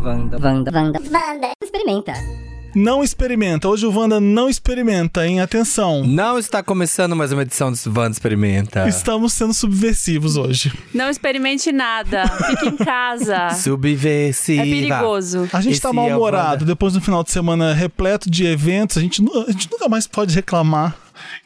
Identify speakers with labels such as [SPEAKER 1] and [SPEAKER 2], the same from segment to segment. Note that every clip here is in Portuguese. [SPEAKER 1] Wanda, Wanda, Wanda, Wanda. Experimenta.
[SPEAKER 2] Não experimenta. Hoje o Wanda não experimenta, hein? Atenção.
[SPEAKER 3] Não está começando mais uma edição do Wanda Experimenta.
[SPEAKER 2] Estamos sendo subversivos hoje.
[SPEAKER 4] Não experimente nada. Fique em casa.
[SPEAKER 3] Subversiva.
[SPEAKER 4] É perigoso.
[SPEAKER 2] A gente
[SPEAKER 3] Esse
[SPEAKER 2] tá
[SPEAKER 3] é o
[SPEAKER 2] mal-humorado.
[SPEAKER 3] Wanda.
[SPEAKER 2] Depois de um final de semana repleto de eventos, a gente, nu- a gente nunca mais pode reclamar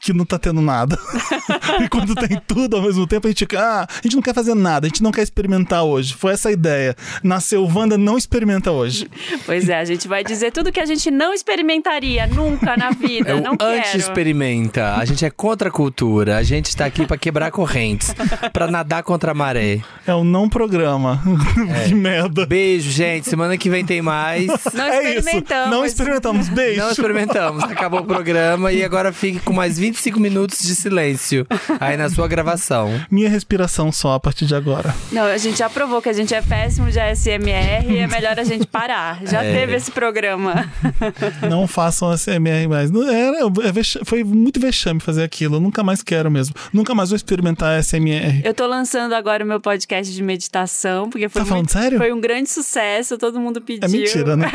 [SPEAKER 2] que não tá tendo nada. e quando tem tudo ao mesmo tempo, a gente fica, ah, a gente não quer fazer nada, a gente não quer experimentar hoje. Foi essa a ideia. Nasceu Wanda não experimenta hoje.
[SPEAKER 4] Pois é, a gente vai dizer tudo que a gente não experimentaria nunca na vida.
[SPEAKER 3] É o
[SPEAKER 4] não quero.
[SPEAKER 3] anti-experimenta. A gente é contra a cultura. A gente tá aqui pra quebrar correntes, pra nadar contra a maré.
[SPEAKER 2] É o não programa.
[SPEAKER 3] É.
[SPEAKER 2] que merda.
[SPEAKER 3] Beijo, gente. Semana que vem tem mais.
[SPEAKER 4] Não
[SPEAKER 2] é isso.
[SPEAKER 4] experimentamos.
[SPEAKER 2] Não experimentamos. Beijo.
[SPEAKER 3] Não experimentamos. Acabou o programa e agora fique com mais 25 minutos de silêncio aí na sua gravação.
[SPEAKER 2] Minha respiração só a partir de agora.
[SPEAKER 4] Não, a gente já provou que a gente é péssimo de ASMR e é melhor a gente parar. Já
[SPEAKER 3] É.
[SPEAKER 4] teve esse programa.
[SPEAKER 2] Não façam ASMR mais. Não, era, é vexa- foi muito vexame fazer aquilo. Eu nunca mais quero mesmo. Nunca mais vou experimentar ASMR.
[SPEAKER 4] Eu tô lançando agora o meu podcast de meditação, porque foi,
[SPEAKER 2] Tá falando
[SPEAKER 4] muito-
[SPEAKER 2] sério?
[SPEAKER 4] foi um grande sucesso, todo mundo pediu.
[SPEAKER 2] É mentira, né?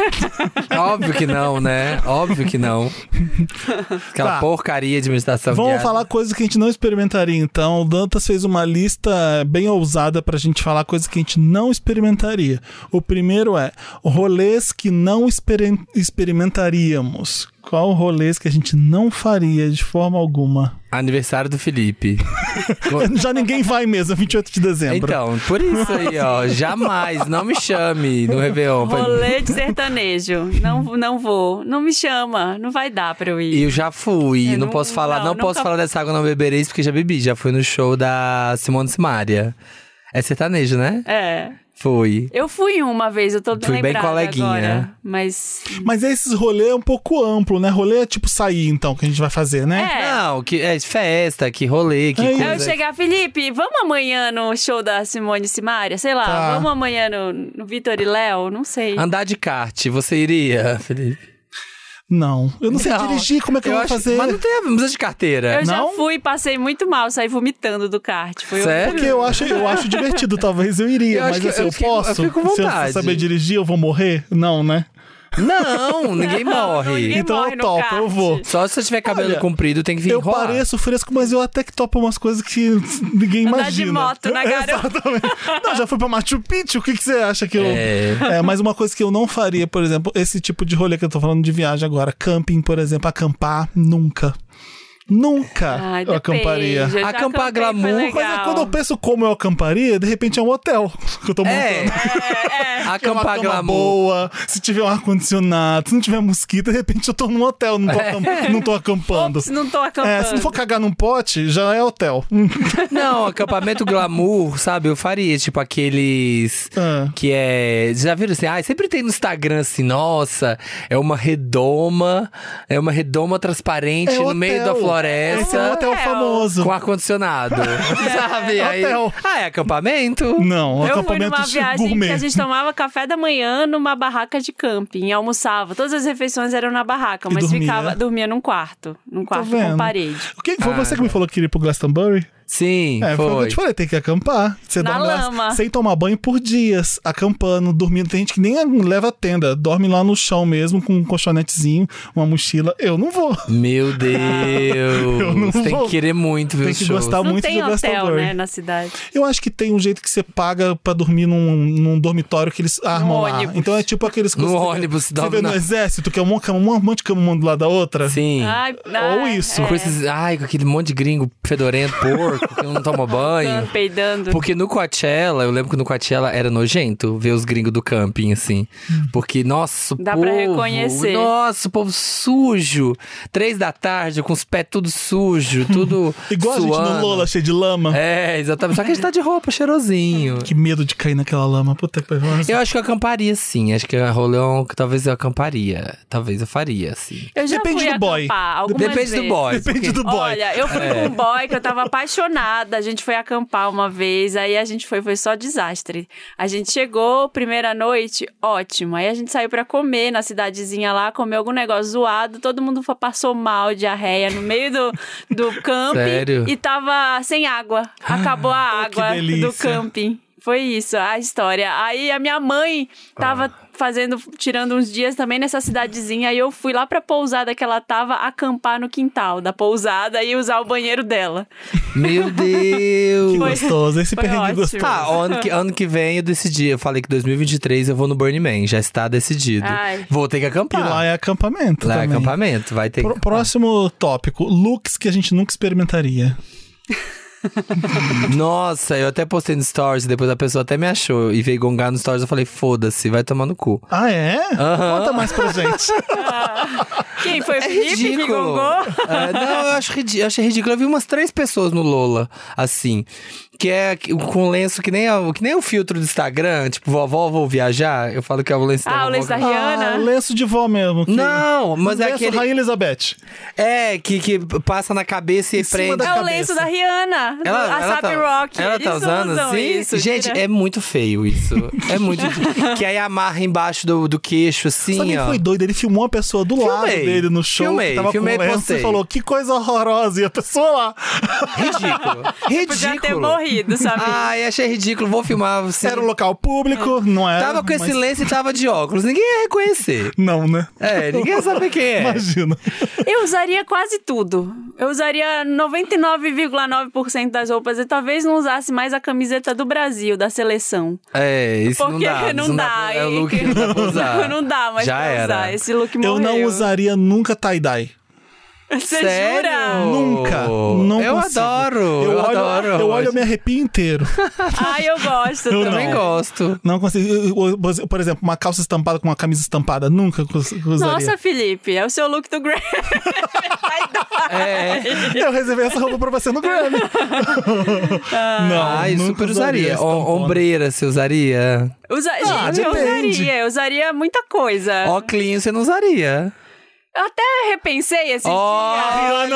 [SPEAKER 3] Óbvio que não, né? Óbvio que não. Aquela
[SPEAKER 2] Tá.
[SPEAKER 3] porcaria de meditação. é
[SPEAKER 2] Vamos
[SPEAKER 3] guiada.
[SPEAKER 2] falar coisas que a gente não experimentaria, então. O Dantas fez uma lista bem ousada pra gente falar coisas que a gente não experimentaria. O primeiro é rolês que não experi- experimentaríamos. Qual rolês que a gente não faria de forma alguma?
[SPEAKER 3] Aniversário do Felipe.
[SPEAKER 2] Já ninguém vai mesmo, é 28 de dezembro.
[SPEAKER 3] Então, por isso aí, ó. Jamais, não me chame no Réveillon.
[SPEAKER 4] Rolê de sertanejo. Não, não vou. Não me chama. Não vai dar pra eu ir.
[SPEAKER 3] Eu já fui,
[SPEAKER 4] Eu
[SPEAKER 3] não,
[SPEAKER 4] não-
[SPEAKER 3] posso falar,
[SPEAKER 4] não,
[SPEAKER 3] não, posso
[SPEAKER 4] nunca-
[SPEAKER 3] falar dessa água não bebereis, porque já bebi, já fui no show da Simone Simaria. É sertanejo, né?
[SPEAKER 4] É.
[SPEAKER 3] Fui.
[SPEAKER 4] Eu fui uma vez, eu tô
[SPEAKER 3] Fui bem
[SPEAKER 4] lembrada
[SPEAKER 3] coleguinha.
[SPEAKER 4] agora. Mas.
[SPEAKER 2] Mas esses rolê é um pouco amplo, né? Rolê é tipo sair, então, que a gente vai fazer, né?
[SPEAKER 4] É.
[SPEAKER 3] Não, que é festa, que rolê, que
[SPEAKER 2] É
[SPEAKER 3] coisa.
[SPEAKER 4] Aí eu chegar, Felipe, vamos amanhã no show da Simone Simaria? Sei lá,
[SPEAKER 2] Tá.
[SPEAKER 4] vamos amanhã no, no Vitor e Léo? Não sei.
[SPEAKER 3] Andar de kart, você iria, Felipe?
[SPEAKER 2] Não. Eu não sei dirigir, como é que eu, vou
[SPEAKER 3] acho-
[SPEAKER 2] fazer?
[SPEAKER 3] Mas não tem não precisa de carteira.
[SPEAKER 4] Eu já
[SPEAKER 2] Não?
[SPEAKER 4] fui, passei muito mal, saí vomitando do kart. Foi
[SPEAKER 3] Sério?
[SPEAKER 2] Porque eu acho, eu acho divertido, talvez eu iria,
[SPEAKER 3] Eu acho
[SPEAKER 2] mas
[SPEAKER 3] que-
[SPEAKER 2] assim,
[SPEAKER 3] eu
[SPEAKER 2] eu,
[SPEAKER 3] acho que eu
[SPEAKER 2] posso.
[SPEAKER 3] fico com
[SPEAKER 2] Se eu
[SPEAKER 3] vontade.
[SPEAKER 2] saber dirigir, eu vou morrer? Não, né?
[SPEAKER 3] Não, ninguém morre.
[SPEAKER 4] ninguém
[SPEAKER 2] Então eu
[SPEAKER 4] morre no
[SPEAKER 2] topo,
[SPEAKER 4] kart.
[SPEAKER 2] eu vou.
[SPEAKER 3] Só se você tiver cabelo
[SPEAKER 2] Olha,
[SPEAKER 3] comprido, tem que vir
[SPEAKER 2] eu
[SPEAKER 3] rolar.
[SPEAKER 2] pareço fresco, mas eu até que topo umas coisas que ninguém
[SPEAKER 4] Andar de
[SPEAKER 2] imagina.
[SPEAKER 4] moto na garupa.
[SPEAKER 2] Exatamente. Não, já fui pra Machu Picchu, o que, que você acha que eu...
[SPEAKER 3] É.
[SPEAKER 2] É, mas uma coisa que eu não faria, por exemplo, esse tipo de rolê que eu tô falando de viagem agora, camping, por exemplo, acampar, nunca. Nunca
[SPEAKER 4] Ai,
[SPEAKER 2] eu acamparia.
[SPEAKER 4] Ah, depende, eu já
[SPEAKER 3] Acampar
[SPEAKER 4] acampei, foi
[SPEAKER 3] glamour, mas é
[SPEAKER 2] Mas é
[SPEAKER 4] legal.
[SPEAKER 2] quando eu penso como eu acamparia, de repente é um hotel que eu tô montando.
[SPEAKER 3] É.
[SPEAKER 2] Que é uma
[SPEAKER 3] Acampar
[SPEAKER 2] cama
[SPEAKER 3] glamour.
[SPEAKER 2] boa, se tiver um ar-condicionado, se não tiver mosquito, de repente eu tô num hotel, não tô,
[SPEAKER 3] É.
[SPEAKER 2] acamp- não tô acampando.
[SPEAKER 4] Ops, não tô acampando.
[SPEAKER 2] É, se não for cagar num pote, já é hotel. Hum,
[SPEAKER 3] Não, acampamento glamour, sabe? Eu faria, tipo, aqueles.
[SPEAKER 2] Ah.
[SPEAKER 3] Que é. Já viram assim? Ah, sempre tem no Instagram assim, nossa, é uma redoma, é uma redoma transparente
[SPEAKER 2] É
[SPEAKER 3] no
[SPEAKER 2] hotel.
[SPEAKER 3] meio da
[SPEAKER 2] Esse é um
[SPEAKER 3] floresta.
[SPEAKER 2] hotel famoso.
[SPEAKER 3] Com ar-condicionado. sabe? Aí,
[SPEAKER 2] Hotel.
[SPEAKER 3] ah, é acampamento?
[SPEAKER 2] Não, um
[SPEAKER 4] Eu fui
[SPEAKER 2] acampamento
[SPEAKER 4] numa
[SPEAKER 2] de
[SPEAKER 4] viagem
[SPEAKER 2] gourmet.
[SPEAKER 4] que a gente tomava café da manhã numa barraca de camping, e almoçava. Todas as refeições eram na barraca,
[SPEAKER 2] E
[SPEAKER 4] mas
[SPEAKER 2] dormia?
[SPEAKER 4] ficava, dormia num quarto, num quarto com
[SPEAKER 2] vendo?
[SPEAKER 4] parede.
[SPEAKER 2] O que, foi você que me falou que iria pro Glastonbury?
[SPEAKER 3] Sim,
[SPEAKER 2] É, foi. o que eu
[SPEAKER 3] Ah. foi.
[SPEAKER 2] te falei, tem que acampar. Você
[SPEAKER 4] Na
[SPEAKER 2] dorme lá
[SPEAKER 4] lama.
[SPEAKER 2] sem tomar banho por dias, acampando, dormindo. Tem gente que nem leva tenda, dorme lá no chão mesmo, com um colchonetezinho, uma mochila. Eu não vou.
[SPEAKER 3] Meu Deus.
[SPEAKER 2] Eu não
[SPEAKER 3] tem
[SPEAKER 2] vou.
[SPEAKER 3] que querer muito ver
[SPEAKER 2] Tem
[SPEAKER 3] os
[SPEAKER 2] que
[SPEAKER 3] shows.
[SPEAKER 2] gostar
[SPEAKER 4] Não
[SPEAKER 2] muito
[SPEAKER 4] tem
[SPEAKER 2] do
[SPEAKER 4] hotel,
[SPEAKER 2] Glastonbury.
[SPEAKER 4] né, na cidade.
[SPEAKER 2] Eu acho que tem um jeito que você paga pra dormir num, num dormitório que eles armam lá.
[SPEAKER 4] ônibus.
[SPEAKER 2] Então é tipo aqueles
[SPEAKER 3] No
[SPEAKER 2] coisas que
[SPEAKER 3] ônibus,
[SPEAKER 2] você
[SPEAKER 3] dorme
[SPEAKER 2] vê no
[SPEAKER 3] na-
[SPEAKER 2] exército, que é um, cama- um monte de cama uma do lado da outra.
[SPEAKER 3] Sim.
[SPEAKER 4] Ai,
[SPEAKER 2] Ou
[SPEAKER 4] ai,
[SPEAKER 2] isso.
[SPEAKER 4] Ah, é.
[SPEAKER 3] Com esses- ai, com aquele monte de gringo fedorento, porco, que não toma banho.
[SPEAKER 4] Ficando, Peidando.
[SPEAKER 3] Porque no Coachella, eu lembro que no Coachella era nojento ver os gringos do camping, assim.
[SPEAKER 2] Hum.
[SPEAKER 3] Porque, nossa, o
[SPEAKER 4] Dá pra
[SPEAKER 3] povo,
[SPEAKER 4] reconhecer.
[SPEAKER 3] Nossa, o povo sujo. Três da tarde, com os pés tudo sujo, tudo
[SPEAKER 2] Igual a gente no
[SPEAKER 3] suando.
[SPEAKER 2] Lola, assim, cheio de lama.
[SPEAKER 3] É, exatamente. Só que a gente tá de roupa, cheirosinho.
[SPEAKER 2] Que medo de cair naquela lama. Puta que pariu.
[SPEAKER 3] Eu acho que eu acamparia, sim. Acho que a rolê é um que talvez eu acamparia. Talvez eu faria, sim.
[SPEAKER 4] Eu já
[SPEAKER 2] Depende
[SPEAKER 4] fui
[SPEAKER 2] do boy.
[SPEAKER 4] acampar algumas
[SPEAKER 3] Depende do
[SPEAKER 4] vezes.
[SPEAKER 3] boy.
[SPEAKER 2] Depende do boy. É.
[SPEAKER 4] Olha, eu fui com um boy que eu tava apaixonada. A gente foi acampar uma vez, aí a gente foi, foi só desastre. A gente chegou, primeira noite, ótimo. Aí a gente saiu pra comer na cidadezinha lá, comeu algum negócio zoado. Todo mundo fa- passou mal, diarreia, no meio do, do camping.
[SPEAKER 3] Sério?
[SPEAKER 4] E tava sem água. Acabou a
[SPEAKER 2] que
[SPEAKER 4] água do
[SPEAKER 2] delícia.
[SPEAKER 4] camping. Foi isso, a história. Aí a minha mãe tava
[SPEAKER 3] Ah.
[SPEAKER 4] fazendo, tirando uns dias também nessa cidadezinha. Aí eu fui lá pra pousada que ela tava acampar no quintal da pousada e usar o banheiro dela.
[SPEAKER 3] Meu
[SPEAKER 2] Que
[SPEAKER 3] Deus!
[SPEAKER 2] gostoso, esse
[SPEAKER 4] foi
[SPEAKER 2] perrengue
[SPEAKER 4] ótimo.
[SPEAKER 2] gostoso.
[SPEAKER 4] Ah,
[SPEAKER 3] Tá, ó, ano que, ano que vem eu decidi. Eu falei que 2023 eu vou no Burning Man, já está decidido.
[SPEAKER 4] Ai.
[SPEAKER 3] Vou ter que
[SPEAKER 2] E
[SPEAKER 3] acampar.
[SPEAKER 2] lá é
[SPEAKER 3] Ah,
[SPEAKER 2] acampamento.
[SPEAKER 3] Lá é
[SPEAKER 2] também.
[SPEAKER 3] acampamento, vai ter que
[SPEAKER 2] Pro- próximo tópico: looks que a gente nunca experimentaria.
[SPEAKER 3] Nossa, eu até postei no stories, depois a pessoa até me achou e veio gongar no stories, eu falei, foda-se, vai tomar no cu.
[SPEAKER 2] Ah, é?
[SPEAKER 3] Aham.
[SPEAKER 2] Conta mais pra gente.
[SPEAKER 4] Quem foi? O Felipe É que
[SPEAKER 3] É Ridículo.
[SPEAKER 4] gongou?
[SPEAKER 3] É, não, eu acho ridi- eu achei ridículo. Eu vi umas três pessoas no Lola, assim, que é com lenço que nem, a- que nem o filtro do Instagram, tipo, vovó, vou viajar. Eu falo que é o lenço da
[SPEAKER 4] Ah, o
[SPEAKER 3] vovó.
[SPEAKER 4] lenço da
[SPEAKER 2] Ah,
[SPEAKER 4] Rihanna.
[SPEAKER 2] lenço de vó mesmo. que-
[SPEAKER 3] Não, mas
[SPEAKER 2] Um
[SPEAKER 3] é
[SPEAKER 2] lenço
[SPEAKER 3] aquele.
[SPEAKER 2] Rainha Elizabeth.
[SPEAKER 3] É, que, que passa na cabeça e
[SPEAKER 2] Em cima
[SPEAKER 3] prende.
[SPEAKER 2] da
[SPEAKER 4] é o lenço
[SPEAKER 2] cabeça.
[SPEAKER 4] da Rihanna. a Sabi Rock.
[SPEAKER 3] Ela
[SPEAKER 4] Eles
[SPEAKER 3] tá usando
[SPEAKER 4] usam
[SPEAKER 3] assim?
[SPEAKER 4] Isso,
[SPEAKER 3] Gente,
[SPEAKER 4] tira-
[SPEAKER 3] é muito feio isso. É muito. que aí amarra embaixo do, do queixo, assim,
[SPEAKER 2] Sabe quem
[SPEAKER 3] ó.
[SPEAKER 2] foi doido? Ele filmou uma pessoa do lado
[SPEAKER 3] Filmei.
[SPEAKER 2] dele no show.
[SPEAKER 3] Filmei,
[SPEAKER 2] que tava
[SPEAKER 3] filmei e
[SPEAKER 2] com o lenço
[SPEAKER 3] postei.
[SPEAKER 2] e falou: que coisa horrorosa. E a pessoa lá.
[SPEAKER 3] Ridículo. Ridículo. Ah.
[SPEAKER 4] Podia ter morrido, sabe?
[SPEAKER 3] Ai, achei ridículo. Vou filmar você.
[SPEAKER 2] Era um local público, não era.
[SPEAKER 3] Tava com esse
[SPEAKER 2] mas-
[SPEAKER 3] lenço e tava de óculos. Ninguém ia reconhecer.
[SPEAKER 2] Não, né?
[SPEAKER 3] É, ninguém ia saber quem é.
[SPEAKER 2] Imagina.
[SPEAKER 4] Eu usaria quase tudo. Eu usaria 99,9% das roupas e talvez não usasse mais a camiseta do Brasil, da seleção.
[SPEAKER 3] É, isso não
[SPEAKER 4] Porque
[SPEAKER 3] dá. isso
[SPEAKER 4] não dá.
[SPEAKER 3] É o
[SPEAKER 4] e-
[SPEAKER 3] look que não dá pra usar.
[SPEAKER 4] Não dá mais
[SPEAKER 3] Já
[SPEAKER 4] pra
[SPEAKER 3] era.
[SPEAKER 4] usar. Esse look morreu.
[SPEAKER 2] Eu não usaria nunca tie-dye.
[SPEAKER 4] Você
[SPEAKER 3] Sério?
[SPEAKER 4] jura?
[SPEAKER 2] Nunca.
[SPEAKER 3] Oh,
[SPEAKER 2] Não
[SPEAKER 3] eu
[SPEAKER 2] consigo.
[SPEAKER 3] adoro, eu
[SPEAKER 2] olho,
[SPEAKER 3] adoro.
[SPEAKER 2] Eu olho, eu me arrepio inteiro.
[SPEAKER 4] Ai, eu gosto
[SPEAKER 2] Eu
[SPEAKER 4] também.
[SPEAKER 3] Também
[SPEAKER 2] não.
[SPEAKER 3] gosto.
[SPEAKER 2] Não consigo. Eu- eu- Por exemplo, uma calça estampada com uma camisa estampada. Nunca cons- usaria.
[SPEAKER 4] Nossa, Felipe, é o seu look do Grammy.
[SPEAKER 3] É.
[SPEAKER 2] Eu reservei essa roupa pra você no Grammy. não,
[SPEAKER 3] Ai,
[SPEAKER 2] nunca
[SPEAKER 3] Ah, super usaria. um
[SPEAKER 2] essa
[SPEAKER 3] O-
[SPEAKER 2] tampona.
[SPEAKER 3] Ombreira, você usaria?
[SPEAKER 4] Usa...
[SPEAKER 2] Ah,
[SPEAKER 4] Gente, eu
[SPEAKER 2] depende.
[SPEAKER 4] usaria. Eu usaria muita
[SPEAKER 2] É.
[SPEAKER 4] coisa.
[SPEAKER 3] Óculos você não usaria.
[SPEAKER 4] Eu até repensei esse dia.
[SPEAKER 2] Rihanna-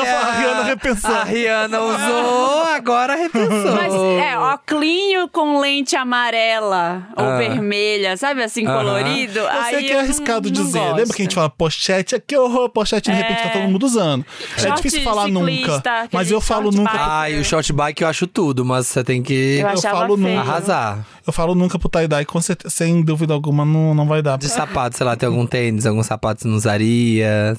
[SPEAKER 3] Olha!
[SPEAKER 2] a Rihanna repensou.
[SPEAKER 3] A Rihanna usou, agora repensou.
[SPEAKER 4] Mas é, óculinho com lente amarela
[SPEAKER 3] Ah.
[SPEAKER 4] ou vermelha, sabe assim,
[SPEAKER 3] Aham.
[SPEAKER 4] colorido.
[SPEAKER 2] Eu sei
[SPEAKER 4] aí
[SPEAKER 2] que é
[SPEAKER 4] eu
[SPEAKER 2] arriscado
[SPEAKER 4] não- não
[SPEAKER 2] dizer.
[SPEAKER 4] gosto.
[SPEAKER 2] Lembra que a gente fala pochete? É que horror, pochete de repente tá todo mundo usando. é
[SPEAKER 4] Short
[SPEAKER 2] difícil falar
[SPEAKER 4] ciclista,
[SPEAKER 2] nunca.
[SPEAKER 4] aquele
[SPEAKER 2] Mas eu falo
[SPEAKER 4] short
[SPEAKER 2] nunca.
[SPEAKER 4] bike.
[SPEAKER 3] Ai, o short bike eu acho tudo, mas você tem que
[SPEAKER 4] Eu achava
[SPEAKER 2] falo
[SPEAKER 4] feio.
[SPEAKER 2] nunca.
[SPEAKER 3] arrasar.
[SPEAKER 2] Eu falo nunca pro tie-dye, com certeza, sem dúvida alguma, não, não vai dar.
[SPEAKER 3] De sapato, sei lá, tem algum tênis, algum sapato você não usaria.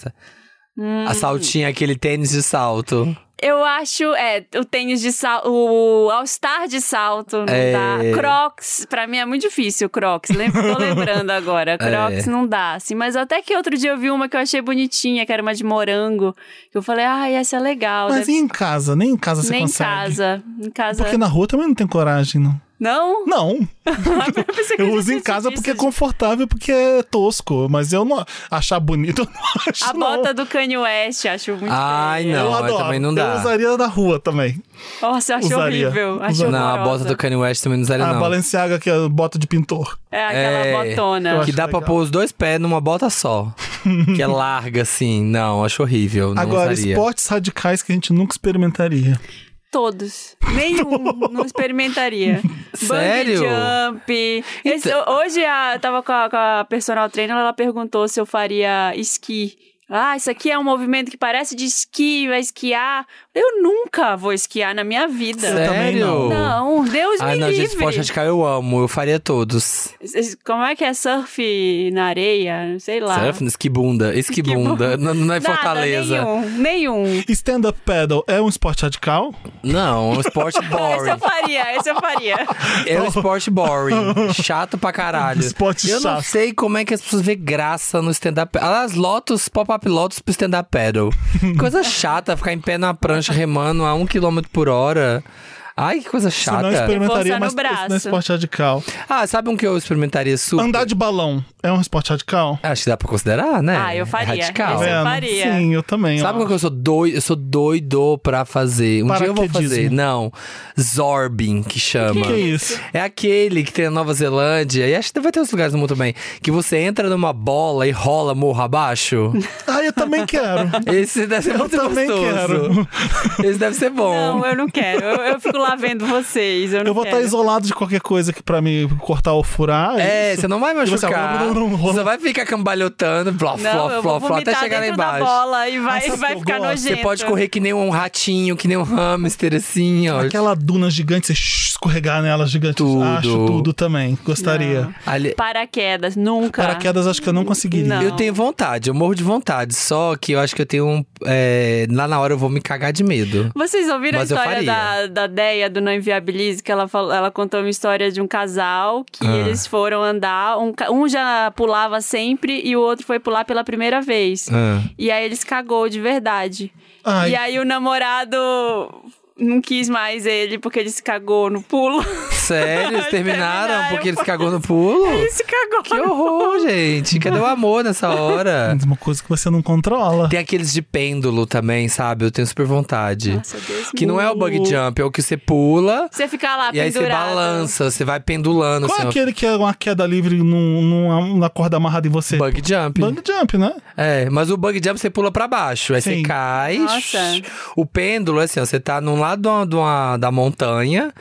[SPEAKER 4] Hum.
[SPEAKER 3] A saltinha, aquele tênis de salto.
[SPEAKER 4] Eu acho, é, o tênis de salto, o All-Star de salto, não
[SPEAKER 3] É.
[SPEAKER 4] dá. Crocs, pra mim é muito difícil, Crocs. Lem- tô lembrando agora. Crocs
[SPEAKER 3] É.
[SPEAKER 4] não dá, assim. Mas até que outro dia eu vi uma que eu achei bonitinha, que era uma de morango. Que eu falei, ai, essa é legal.
[SPEAKER 2] Mas
[SPEAKER 4] deve-
[SPEAKER 2] e em casa? Nem em casa você
[SPEAKER 4] Nem em
[SPEAKER 2] consegue.
[SPEAKER 4] casa. Em casa.
[SPEAKER 2] Porque na rua também não tem coragem, não.
[SPEAKER 4] Não?
[SPEAKER 2] Não,
[SPEAKER 4] Eu, pensei que
[SPEAKER 2] eu
[SPEAKER 4] já
[SPEAKER 2] uso em
[SPEAKER 4] tinha
[SPEAKER 2] casa
[SPEAKER 4] visto
[SPEAKER 2] porque é
[SPEAKER 4] isso.
[SPEAKER 2] confortável, porque é tosco. Mas eu não achar bonito, eu não acho,
[SPEAKER 4] A
[SPEAKER 2] não.
[SPEAKER 4] bota do Kanye West, acho muito
[SPEAKER 2] Ah,
[SPEAKER 3] Ai,
[SPEAKER 4] feia.
[SPEAKER 3] não,
[SPEAKER 2] eu
[SPEAKER 3] mas
[SPEAKER 2] adoro.
[SPEAKER 3] também não dá.
[SPEAKER 2] Eu usaria na rua também.
[SPEAKER 4] Nossa, eu acho
[SPEAKER 2] Usaria.
[SPEAKER 4] horrível. Acho
[SPEAKER 2] Usaria.
[SPEAKER 3] não, a bota do Kanye West também não usaria,
[SPEAKER 2] a
[SPEAKER 3] não.
[SPEAKER 2] Balenciaga, que é a bota de pintor.
[SPEAKER 4] É aquela
[SPEAKER 3] É.
[SPEAKER 4] botona.
[SPEAKER 2] Eu
[SPEAKER 3] Que
[SPEAKER 2] acho
[SPEAKER 3] dá pra
[SPEAKER 2] legal.
[SPEAKER 3] pôr os dois pés numa bota só. que é larga, assim. Não, acho horrível. Não
[SPEAKER 2] Agora,
[SPEAKER 3] usaria.
[SPEAKER 2] esportes radicais que a gente nunca experimentaria.
[SPEAKER 4] Todos. Nenhum. não experimentaria.
[SPEAKER 3] Sério? Então
[SPEAKER 4] Bungee jump. Esse- hoje a, eu tava com a, com a personal trainer, ela perguntou se eu faria esqui. Ah, isso aqui é um movimento que parece de esqui, vai esquiar. Eu nunca vou esquiar na minha vida.
[SPEAKER 2] Eu também
[SPEAKER 3] Sério?
[SPEAKER 2] não.
[SPEAKER 4] Não, Deus
[SPEAKER 3] Ah,
[SPEAKER 4] me
[SPEAKER 3] não,
[SPEAKER 4] livre.
[SPEAKER 3] gente, esporte radical eu amo. Eu faria todos.
[SPEAKER 4] Como é que é surf na areia? Sei lá.
[SPEAKER 3] Surf, esquibunda. Esquibunda. Não, não é
[SPEAKER 4] Nada,
[SPEAKER 3] Fortaleza.
[SPEAKER 4] Nenhum, nenhum.
[SPEAKER 2] Stand-up paddle é um esporte radical?
[SPEAKER 3] Não, é um esporte
[SPEAKER 4] Esse eu
[SPEAKER 3] boring.
[SPEAKER 4] faria, esse eu faria.
[SPEAKER 3] é um
[SPEAKER 2] Tá
[SPEAKER 3] esporte boring. Chato pra caralho.
[SPEAKER 2] Esporte
[SPEAKER 3] eu não
[SPEAKER 2] chato.
[SPEAKER 3] sei como é que as pessoas vê graça no stand-up. Aliás, Lotus, pop-up Lotus pro stand-up paddle. Coisa chata, ficar em pé numa prancha remando a um quilômetro por hora. Ai, que coisa
[SPEAKER 2] Você não
[SPEAKER 3] chata.
[SPEAKER 2] experimentaria,
[SPEAKER 4] Força no
[SPEAKER 2] mas
[SPEAKER 4] braço.
[SPEAKER 2] não é esporte radical.
[SPEAKER 3] Ah, sabe um que eu experimentaria super?
[SPEAKER 2] Andar de balão é um esporte radical?
[SPEAKER 3] Acho que dá pra considerar, né?
[SPEAKER 4] Ah, eu faria.
[SPEAKER 3] É radical.
[SPEAKER 4] Esse eu
[SPEAKER 2] Vendo?
[SPEAKER 4] faria.
[SPEAKER 2] Sim, eu também.
[SPEAKER 3] Sabe
[SPEAKER 2] ó.
[SPEAKER 3] qual que eu sou doido? Eu sou doido pra fazer. Um dia eu vou fazer.
[SPEAKER 2] Paraquedismo.
[SPEAKER 3] Não. Zorbing, que chama.
[SPEAKER 2] que é isso?
[SPEAKER 3] É aquele que tem na Nova Zelândia, e acho que vai ter outros lugares no mundo também, que você entra numa bola e rola morro abaixo.
[SPEAKER 2] Ah, eu também quero.
[SPEAKER 3] Esse deve ser
[SPEAKER 2] Eu
[SPEAKER 3] muito
[SPEAKER 2] também
[SPEAKER 3] gostoso. Quero. Esse deve ser bom.
[SPEAKER 4] Não, é eu não quero. Eu, eu fico lá vendo vocês. Eu não
[SPEAKER 2] Eu vou
[SPEAKER 4] quero.
[SPEAKER 2] estar isolado de qualquer coisa que pra me cortar ou furar.
[SPEAKER 3] É,
[SPEAKER 2] isso.
[SPEAKER 3] você não vai
[SPEAKER 2] E você-
[SPEAKER 3] machucar. Você só vai ficar cambalhotando, blá,
[SPEAKER 4] Não,
[SPEAKER 3] flá, flá,
[SPEAKER 4] eu vou
[SPEAKER 3] flá, até
[SPEAKER 4] vomitar
[SPEAKER 3] chegar lá
[SPEAKER 4] dentro da
[SPEAKER 3] embaixo.
[SPEAKER 4] bola e vai,
[SPEAKER 2] Mas sabe
[SPEAKER 4] vai
[SPEAKER 2] que eu
[SPEAKER 4] ficar
[SPEAKER 2] gosto?
[SPEAKER 3] Você
[SPEAKER 4] nojento.
[SPEAKER 3] pode correr que nem um ratinho, que nem um hamster, assim, ó.
[SPEAKER 2] Aquela duna gigante, você escorregar nela gigante.
[SPEAKER 3] Tudo.
[SPEAKER 2] Acho tudo também. Gostaria.
[SPEAKER 3] Ali-
[SPEAKER 4] Paraquedas, nunca.
[SPEAKER 2] Paraquedas, acho que eu não conseguiria.
[SPEAKER 4] Tá. Não.
[SPEAKER 3] Eu tenho vontade, eu morro de vontade. Só que eu acho que eu tenho um. é, lá na hora eu vou me cagar de medo.
[SPEAKER 4] Vocês ouviram
[SPEAKER 3] Mas
[SPEAKER 4] a
[SPEAKER 3] eu
[SPEAKER 4] história da,
[SPEAKER 3] faria.
[SPEAKER 4] da Deia do Não Inviabilize? Que ela, falou, ela contou uma história de um casal que
[SPEAKER 3] Ah.
[SPEAKER 4] eles foram andar. Um, ca- um já pulava sempre e o outro foi pular pela primeira vez.
[SPEAKER 2] É.
[SPEAKER 3] Ah.
[SPEAKER 4] E aí eles cagou de verdade.
[SPEAKER 2] Ai.
[SPEAKER 4] E aí o namorado não quis mais ele porque ele se cagou no pulo.
[SPEAKER 3] Sério? Eles terminaram
[SPEAKER 4] Terminaram, É
[SPEAKER 3] porque eles
[SPEAKER 4] pois.
[SPEAKER 3] cagou no pulo?
[SPEAKER 4] ele se cagou.
[SPEAKER 3] Que horror, gente. Cadê o amor nessa hora?
[SPEAKER 2] Uma coisa que você não controla.
[SPEAKER 3] Tem aqueles de pêndulo também, sabe? Eu tenho super vontade.
[SPEAKER 4] Nossa, Deus
[SPEAKER 3] que não é o bug jump, é o que você pula
[SPEAKER 4] Você ficar lá
[SPEAKER 3] e aí você
[SPEAKER 4] Tá pendurado.
[SPEAKER 3] balança, você vai pendulando.
[SPEAKER 2] Qual é
[SPEAKER 3] assim, ó.
[SPEAKER 2] aquele que é uma queda livre num- num- na corda amarrada em você?
[SPEAKER 3] Bug jump.
[SPEAKER 2] Bang jump, né?
[SPEAKER 3] É, mas o bug jump você pula pra baixo, aí
[SPEAKER 2] Sim.
[SPEAKER 3] você cai.
[SPEAKER 4] Nossa.
[SPEAKER 3] O pêndulo é assim, ó, você tá num lado de uma- de uma- da montanha,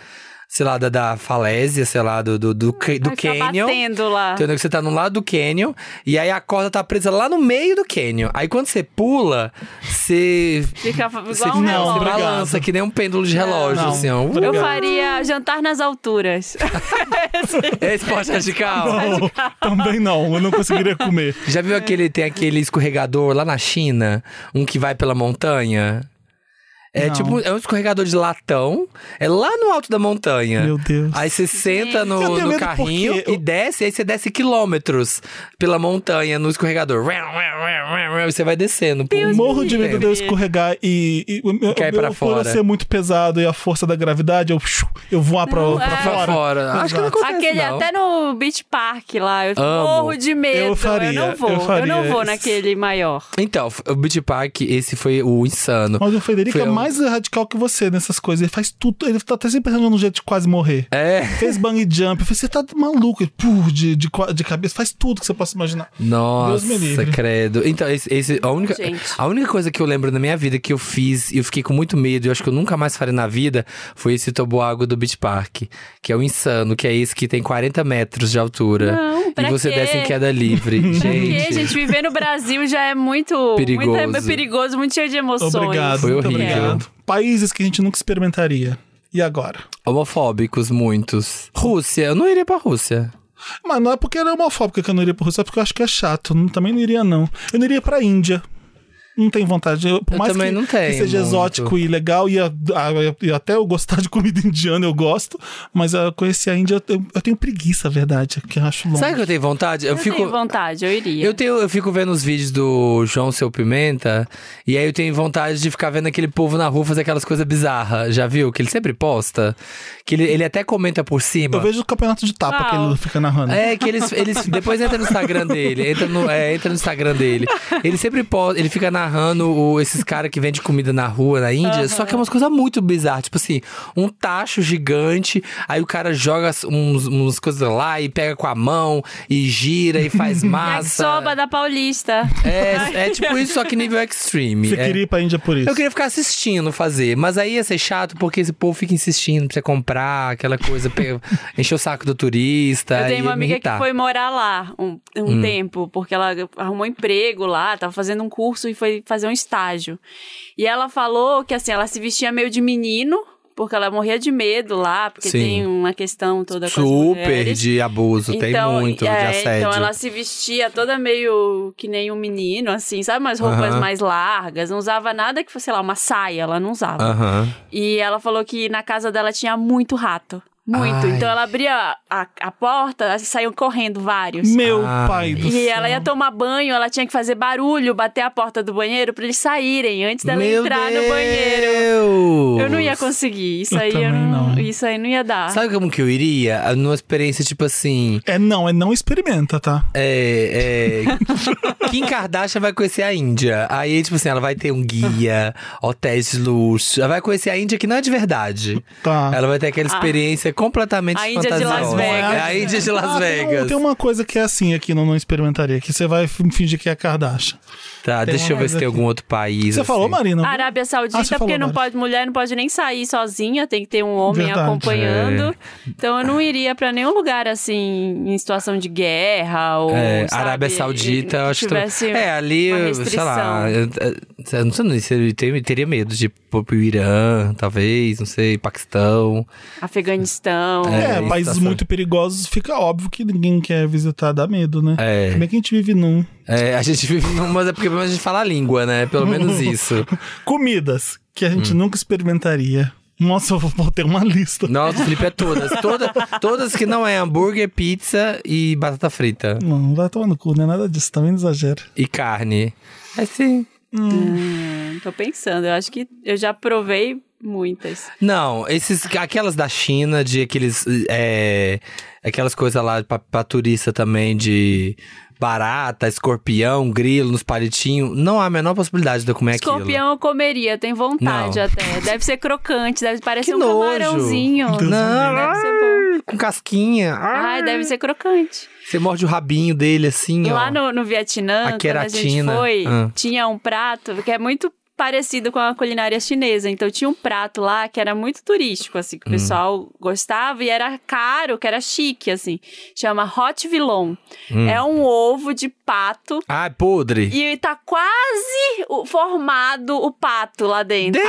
[SPEAKER 3] sei lá, da, da falésia, sei lá, do, do, do, ca- do
[SPEAKER 4] Vai ficar
[SPEAKER 3] canyon.
[SPEAKER 4] batendo lá.
[SPEAKER 3] Entendeu? Que você tá no lado do canyon e aí a corda tá presa lá no meio do canyon. Aí quando você pula, você.
[SPEAKER 4] Fica
[SPEAKER 3] Você
[SPEAKER 4] igual um
[SPEAKER 2] Não,
[SPEAKER 3] se
[SPEAKER 4] relógio. É,
[SPEAKER 2] obrigado.
[SPEAKER 3] balança que nem um pêndulo de relógio,
[SPEAKER 2] Não.
[SPEAKER 3] assim, ó.
[SPEAKER 4] Eu
[SPEAKER 2] Obrigado.
[SPEAKER 4] faria jantar nas alturas.
[SPEAKER 3] É esporte radical.
[SPEAKER 2] Não, também não. Eu não conseguiria comer.
[SPEAKER 3] Já viu aquele, tem aquele escorregador lá na China? Um que vai pela montanha? É
[SPEAKER 2] Não.
[SPEAKER 3] tipo, é um escorregador de latão, é lá no alto da montanha.
[SPEAKER 2] Meu Deus.
[SPEAKER 3] Aí você senta no,
[SPEAKER 2] Eu tenho
[SPEAKER 3] no
[SPEAKER 2] medo
[SPEAKER 3] carrinho
[SPEAKER 2] porque
[SPEAKER 3] e
[SPEAKER 2] eu-
[SPEAKER 3] desce, aí você desce quilômetros pela montanha no escorregador. E você vai descendo. por um
[SPEAKER 2] Morro de medo
[SPEAKER 3] tempo.
[SPEAKER 2] de eu escorregar e, e o meu,
[SPEAKER 3] Cai
[SPEAKER 2] meu
[SPEAKER 3] pra
[SPEAKER 2] foro
[SPEAKER 3] fora.
[SPEAKER 2] ser muito pesado e a força da gravidade, eu, eu voar pra,
[SPEAKER 4] Não,
[SPEAKER 2] pra
[SPEAKER 4] é.
[SPEAKER 3] Pra
[SPEAKER 2] fora.
[SPEAKER 3] fora. Acho que não acontece,
[SPEAKER 4] Aquele
[SPEAKER 3] não.
[SPEAKER 4] até no Beach Park lá. Eu
[SPEAKER 3] Amo.
[SPEAKER 4] morro de medo.
[SPEAKER 2] Eu faria,
[SPEAKER 4] não vou.
[SPEAKER 2] eu faria.
[SPEAKER 4] não vou naquele maior.
[SPEAKER 3] Então, o Beach Park, esse foi o insano.
[SPEAKER 2] Mas o Federico
[SPEAKER 3] Foi
[SPEAKER 2] é
[SPEAKER 3] um-
[SPEAKER 2] mais radical que você nessas coisas. Ele faz tudo. Ele tá até sempre pensando num jeito de quase morrer.
[SPEAKER 3] É.
[SPEAKER 2] Fez bang jump. Eu falei, você tá maluco. Ele, puh, de, de, qua- de cabeça. Faz tudo que você possa imaginar. Deus me
[SPEAKER 3] Nossa,
[SPEAKER 2] livre.
[SPEAKER 3] credo. Então, esse, esse- a, única,
[SPEAKER 4] Gente.
[SPEAKER 3] a única coisa que eu lembro da minha vida que eu fiz e eu fiquei com muito medo, e eu acho que eu nunca mais farei na vida, foi esse toboágua do Beach Park, que é o insano, que é esse que tem 40 metros de altura.
[SPEAKER 4] Não, pra
[SPEAKER 3] e você
[SPEAKER 4] quê?
[SPEAKER 3] desce em queda livre.
[SPEAKER 4] Pra quê,
[SPEAKER 3] gente,
[SPEAKER 4] gente? Viver no Brasil já é muito
[SPEAKER 3] Perigoso.
[SPEAKER 4] Muito, é perigoso, muito cheio de emoções.
[SPEAKER 2] Obrigado.
[SPEAKER 3] Foi
[SPEAKER 2] muito
[SPEAKER 3] horrível.
[SPEAKER 2] obrigado. Países que a gente nunca experimentaria. E agora?
[SPEAKER 3] homofóbicos, muitos. Rússia, eu não iria pra Rússia.
[SPEAKER 2] Mas não é porque era homofóbica que eu não iria pra Rússia, é porque eu acho que é chato. Não- também não iria, não. Eu não iria pra Índia. Não tenho vontade. Eu, por
[SPEAKER 3] Eu
[SPEAKER 2] mais
[SPEAKER 3] também
[SPEAKER 2] que,
[SPEAKER 3] não tenho
[SPEAKER 2] que seja
[SPEAKER 3] muito.
[SPEAKER 2] exótico e legal, e, a- a- e até eu gostar de comida indiana, eu gosto. Mas eu conhecer a Índia, eu, eu tenho preguiça, a verdade, que eu acho longe.
[SPEAKER 3] Sabe o que eu tenho vontade? Eu,
[SPEAKER 4] Eu
[SPEAKER 3] fico.
[SPEAKER 4] tenho vontade, eu iria.
[SPEAKER 3] Eu, tenho, eu fico vendo os vídeos do João Seu Pimenta, e aí eu tenho vontade de ficar vendo aquele povo na rua fazer aquelas coisas bizarras. Já viu? Que ele sempre posta. Que ele, ele até comenta por cima.
[SPEAKER 2] Eu vejo o campeonato de tapa que
[SPEAKER 4] Uau.
[SPEAKER 2] ele fica narrando.
[SPEAKER 3] É, que eles, eles. Depois entra no Instagram dele. Entra no, é, entra no Instagram dele. Ele sempre posta. Ele fica narrando o- esses caras que vendem comida na rua, na Índia. Só que é umas coisas muito bizarras. Tipo assim, um tacho gigante. Aí o cara joga uns, umas coisas lá e pega com a mão e gira e faz massa.
[SPEAKER 4] Soba da Paulista.
[SPEAKER 3] É, é tipo isso, só que nível extreme.
[SPEAKER 2] Você
[SPEAKER 3] É.
[SPEAKER 2] queria ir pra Índia por isso.
[SPEAKER 3] Eu queria ficar assistindo fazer, mas aí ia ser chato porque esse povo fica insistindo pra você comprar aquela coisa, pe- encher o saco do turista.
[SPEAKER 4] Eu
[SPEAKER 3] ia
[SPEAKER 4] tenho uma
[SPEAKER 3] me
[SPEAKER 4] amiga
[SPEAKER 3] irritar. Hum.
[SPEAKER 4] que foi morar lá um, um tempo, porque ela arrumou emprego lá, tava fazendo um curso e foi fazer um estágio. E ela falou que assim, ela se vestia meio de menino, porque ela morria de medo lá, porque
[SPEAKER 3] Sim.
[SPEAKER 4] tem uma questão toda com as
[SPEAKER 3] Super
[SPEAKER 4] mulheres.
[SPEAKER 3] de abuso, tem muito
[SPEAKER 4] é,
[SPEAKER 3] de assédio.
[SPEAKER 4] Então ela se vestia toda meio que nem um menino, assim, sabe? Umas roupas
[SPEAKER 3] Aham.
[SPEAKER 4] mais largas, não usava nada que fosse, sei lá, uma saia, ela não usava.
[SPEAKER 3] Aham.
[SPEAKER 4] E ela falou que na casa dela tinha muito rato. Muito.
[SPEAKER 3] Ai.
[SPEAKER 4] Então ela abria a, a porta, assim, saíam correndo vários.
[SPEAKER 2] Meu
[SPEAKER 3] Ai.
[SPEAKER 2] pai do céu.
[SPEAKER 4] E ela ia tomar banho, ela tinha que fazer barulho, bater a porta do banheiro pra eles saírem antes dela
[SPEAKER 3] Meu
[SPEAKER 4] entrar
[SPEAKER 3] Deus!
[SPEAKER 4] no banheiro. Eu não ia conseguir. Isso
[SPEAKER 2] Eu
[SPEAKER 4] aí
[SPEAKER 2] também
[SPEAKER 4] eu não,
[SPEAKER 2] não.
[SPEAKER 4] Isso aí não ia dar.
[SPEAKER 3] Sabe como que eu iria? Numa experiência tipo assim.
[SPEAKER 2] É não, é não experimenta, tá?
[SPEAKER 3] É, é, Kim Kardashian vai conhecer a Índia. Aí, tipo assim, ela vai ter um guia, hotéis de luxo. Ela vai conhecer a Índia que não é de verdade.
[SPEAKER 2] Tá.
[SPEAKER 3] Ela vai ter aquela experiência completamente
[SPEAKER 4] Ah. a Índia de Las
[SPEAKER 3] fantasiosa.
[SPEAKER 4] Vegas.
[SPEAKER 3] É a Índia de Las
[SPEAKER 2] Ah, tem um-
[SPEAKER 3] Vegas.
[SPEAKER 2] Tem, uma coisa que é assim aqui no Não Experimentaria, que você vai f- fingir que é Kardashian.
[SPEAKER 3] Tá,
[SPEAKER 2] tem
[SPEAKER 3] deixa eu
[SPEAKER 2] uma
[SPEAKER 3] ver se
[SPEAKER 2] coisa
[SPEAKER 3] tem
[SPEAKER 2] aqui.
[SPEAKER 3] algum outro país.
[SPEAKER 2] Você
[SPEAKER 3] assim.
[SPEAKER 2] falou, Marina?
[SPEAKER 4] Arábia Saudita,
[SPEAKER 2] Ah, você
[SPEAKER 4] porque
[SPEAKER 2] falou,
[SPEAKER 4] não
[SPEAKER 2] Mari.
[SPEAKER 4] pode, mulher não pode nem sair sozinha, tem que ter um homem
[SPEAKER 2] Verdade. É.
[SPEAKER 4] acompanhando. Então eu não iria pra nenhum lugar assim, em situação de guerra ou.
[SPEAKER 3] É,
[SPEAKER 4] sabe,
[SPEAKER 3] Arábia Saudita, eu acho que.
[SPEAKER 4] tivesse
[SPEAKER 3] É, ali,
[SPEAKER 4] uma
[SPEAKER 3] sei lá.
[SPEAKER 4] restrição.
[SPEAKER 3] eu- eu- Eu não sei se ele tem- teria medo de ir pro pro Irã, talvez, não sei, Paquistão.
[SPEAKER 4] Afeganistão.
[SPEAKER 3] É,
[SPEAKER 2] É,
[SPEAKER 3] isso
[SPEAKER 2] países
[SPEAKER 3] tá
[SPEAKER 2] muito perigosos, fica óbvio que ninguém quer visitar, dá medo, né?
[SPEAKER 3] É.
[SPEAKER 2] Como é que a gente vive num?
[SPEAKER 3] É, a gente vive num- Mas é porque pelo menos a gente fala a língua, né? Pelo menos isso.
[SPEAKER 2] Comidas que a
[SPEAKER 3] Hum.
[SPEAKER 2] gente nunca experimentaria. Nossa, eu vou ter uma lista.
[SPEAKER 3] Nossa, o Felipe é todas. Toda, todas que não é hambúrguer, pizza e batata frita.
[SPEAKER 2] Não, não vai tomar no cu, não é nada disso, também não exagero.
[SPEAKER 3] E carne. É sim.
[SPEAKER 4] Tô pensando, eu acho que eu já provei muitas.
[SPEAKER 3] Não, esses, aquelas da China, de aqueles. é, aquelas coisas lá pra, pra turista também, de barata, escorpião, grilo nos palitinhos. Não há a menor possibilidade de eu comer É aquilo.
[SPEAKER 4] Escorpião eu comeria, tem vontade
[SPEAKER 3] Não.
[SPEAKER 4] até. Deve ser crocante, deve parecer
[SPEAKER 3] Que
[SPEAKER 4] um
[SPEAKER 3] nojo.
[SPEAKER 4] camarãozinho.
[SPEAKER 3] Não,
[SPEAKER 4] Então, Deve ser Ah. bom.
[SPEAKER 3] com casquinha.
[SPEAKER 4] Ai, deve ser crocante.
[SPEAKER 3] Você morde o rabinho dele assim, ó.
[SPEAKER 4] Lá no, no
[SPEAKER 3] A
[SPEAKER 4] Vietnã, quando a gente
[SPEAKER 3] queratina.
[SPEAKER 4] foi,
[SPEAKER 3] Ah.
[SPEAKER 4] tinha um prato que é muito parecido com a culinária chinesa. Então tinha um prato lá que era muito turístico, assim,
[SPEAKER 3] Hum.
[SPEAKER 4] que o pessoal gostava e era caro, que era chique, assim. Chama Hot Vilon.
[SPEAKER 3] Hum.
[SPEAKER 4] É um ovo de pato
[SPEAKER 3] Ah, é podre.
[SPEAKER 4] e tá quase o- formado o pato lá
[SPEAKER 2] Ah,
[SPEAKER 4] dentro.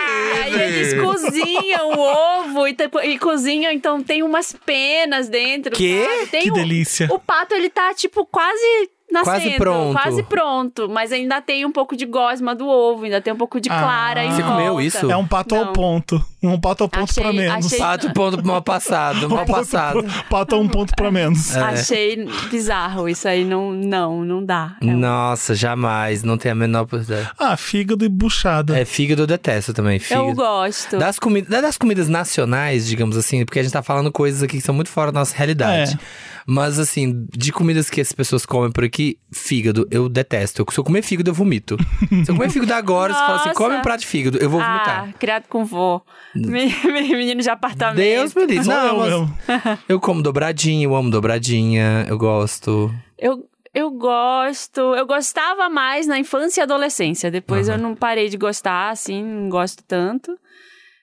[SPEAKER 4] E aí eles cozinham o ovo e, te- e cozinham, então tem umas penas dentro.
[SPEAKER 3] Quê?
[SPEAKER 4] sabe? Tem um-
[SPEAKER 2] que
[SPEAKER 4] o-
[SPEAKER 2] delícia.
[SPEAKER 4] o pato, ele tá, tipo, quase nascendo.
[SPEAKER 3] Quase pronto.
[SPEAKER 4] quase pronto, Mas ainda tem um pouco de gosma do ovo, ainda tem um pouco de
[SPEAKER 2] Ah.
[SPEAKER 4] clara em
[SPEAKER 2] Você
[SPEAKER 4] volta.
[SPEAKER 3] comeu isso?
[SPEAKER 2] É um pato
[SPEAKER 4] Não.
[SPEAKER 2] ao ponto. Um pato ao ponto
[SPEAKER 4] Achei-
[SPEAKER 2] pra menos.
[SPEAKER 4] achei-
[SPEAKER 3] Pato ponto mal passado, mal passado.
[SPEAKER 2] Pato a um ponto pra
[SPEAKER 3] É.
[SPEAKER 2] menos.
[SPEAKER 4] Achei bizarro. Isso aí não, não, não dá. É um-
[SPEAKER 3] Nossa, jamais. Não tem a menor possibilidade.
[SPEAKER 2] Ah, fígado e buchada.
[SPEAKER 3] É, fígado eu detesto também.
[SPEAKER 4] Eu
[SPEAKER 3] Fígado.
[SPEAKER 4] gosto.
[SPEAKER 3] Das, comi da- das comidas nacionais, digamos assim, porque a gente tá falando coisas aqui que são muito fora da nossa realidade.
[SPEAKER 2] É.
[SPEAKER 3] Mas, assim, de comidas que as pessoas comem por aqui, fígado, eu detesto. Eu- Se eu comer fígado, eu vomito. Se eu comer fígado agora, você fala assim,
[SPEAKER 4] Nossa.
[SPEAKER 3] come um prato de fígado, eu vou vomitar. Hum.
[SPEAKER 4] Ah, criado com vô. Me- me- Menino de apartamento.
[SPEAKER 3] Deus me livre.
[SPEAKER 2] Só
[SPEAKER 3] Não,
[SPEAKER 2] eu
[SPEAKER 3] mas eu,
[SPEAKER 2] mesmo.
[SPEAKER 3] como dobradinha, eu amo dobradinha, eu gosto.
[SPEAKER 4] Eu, eu gosto. Eu gostava mais na infância e adolescência. Depois eu não parei de gostar, assim, não gosto tanto.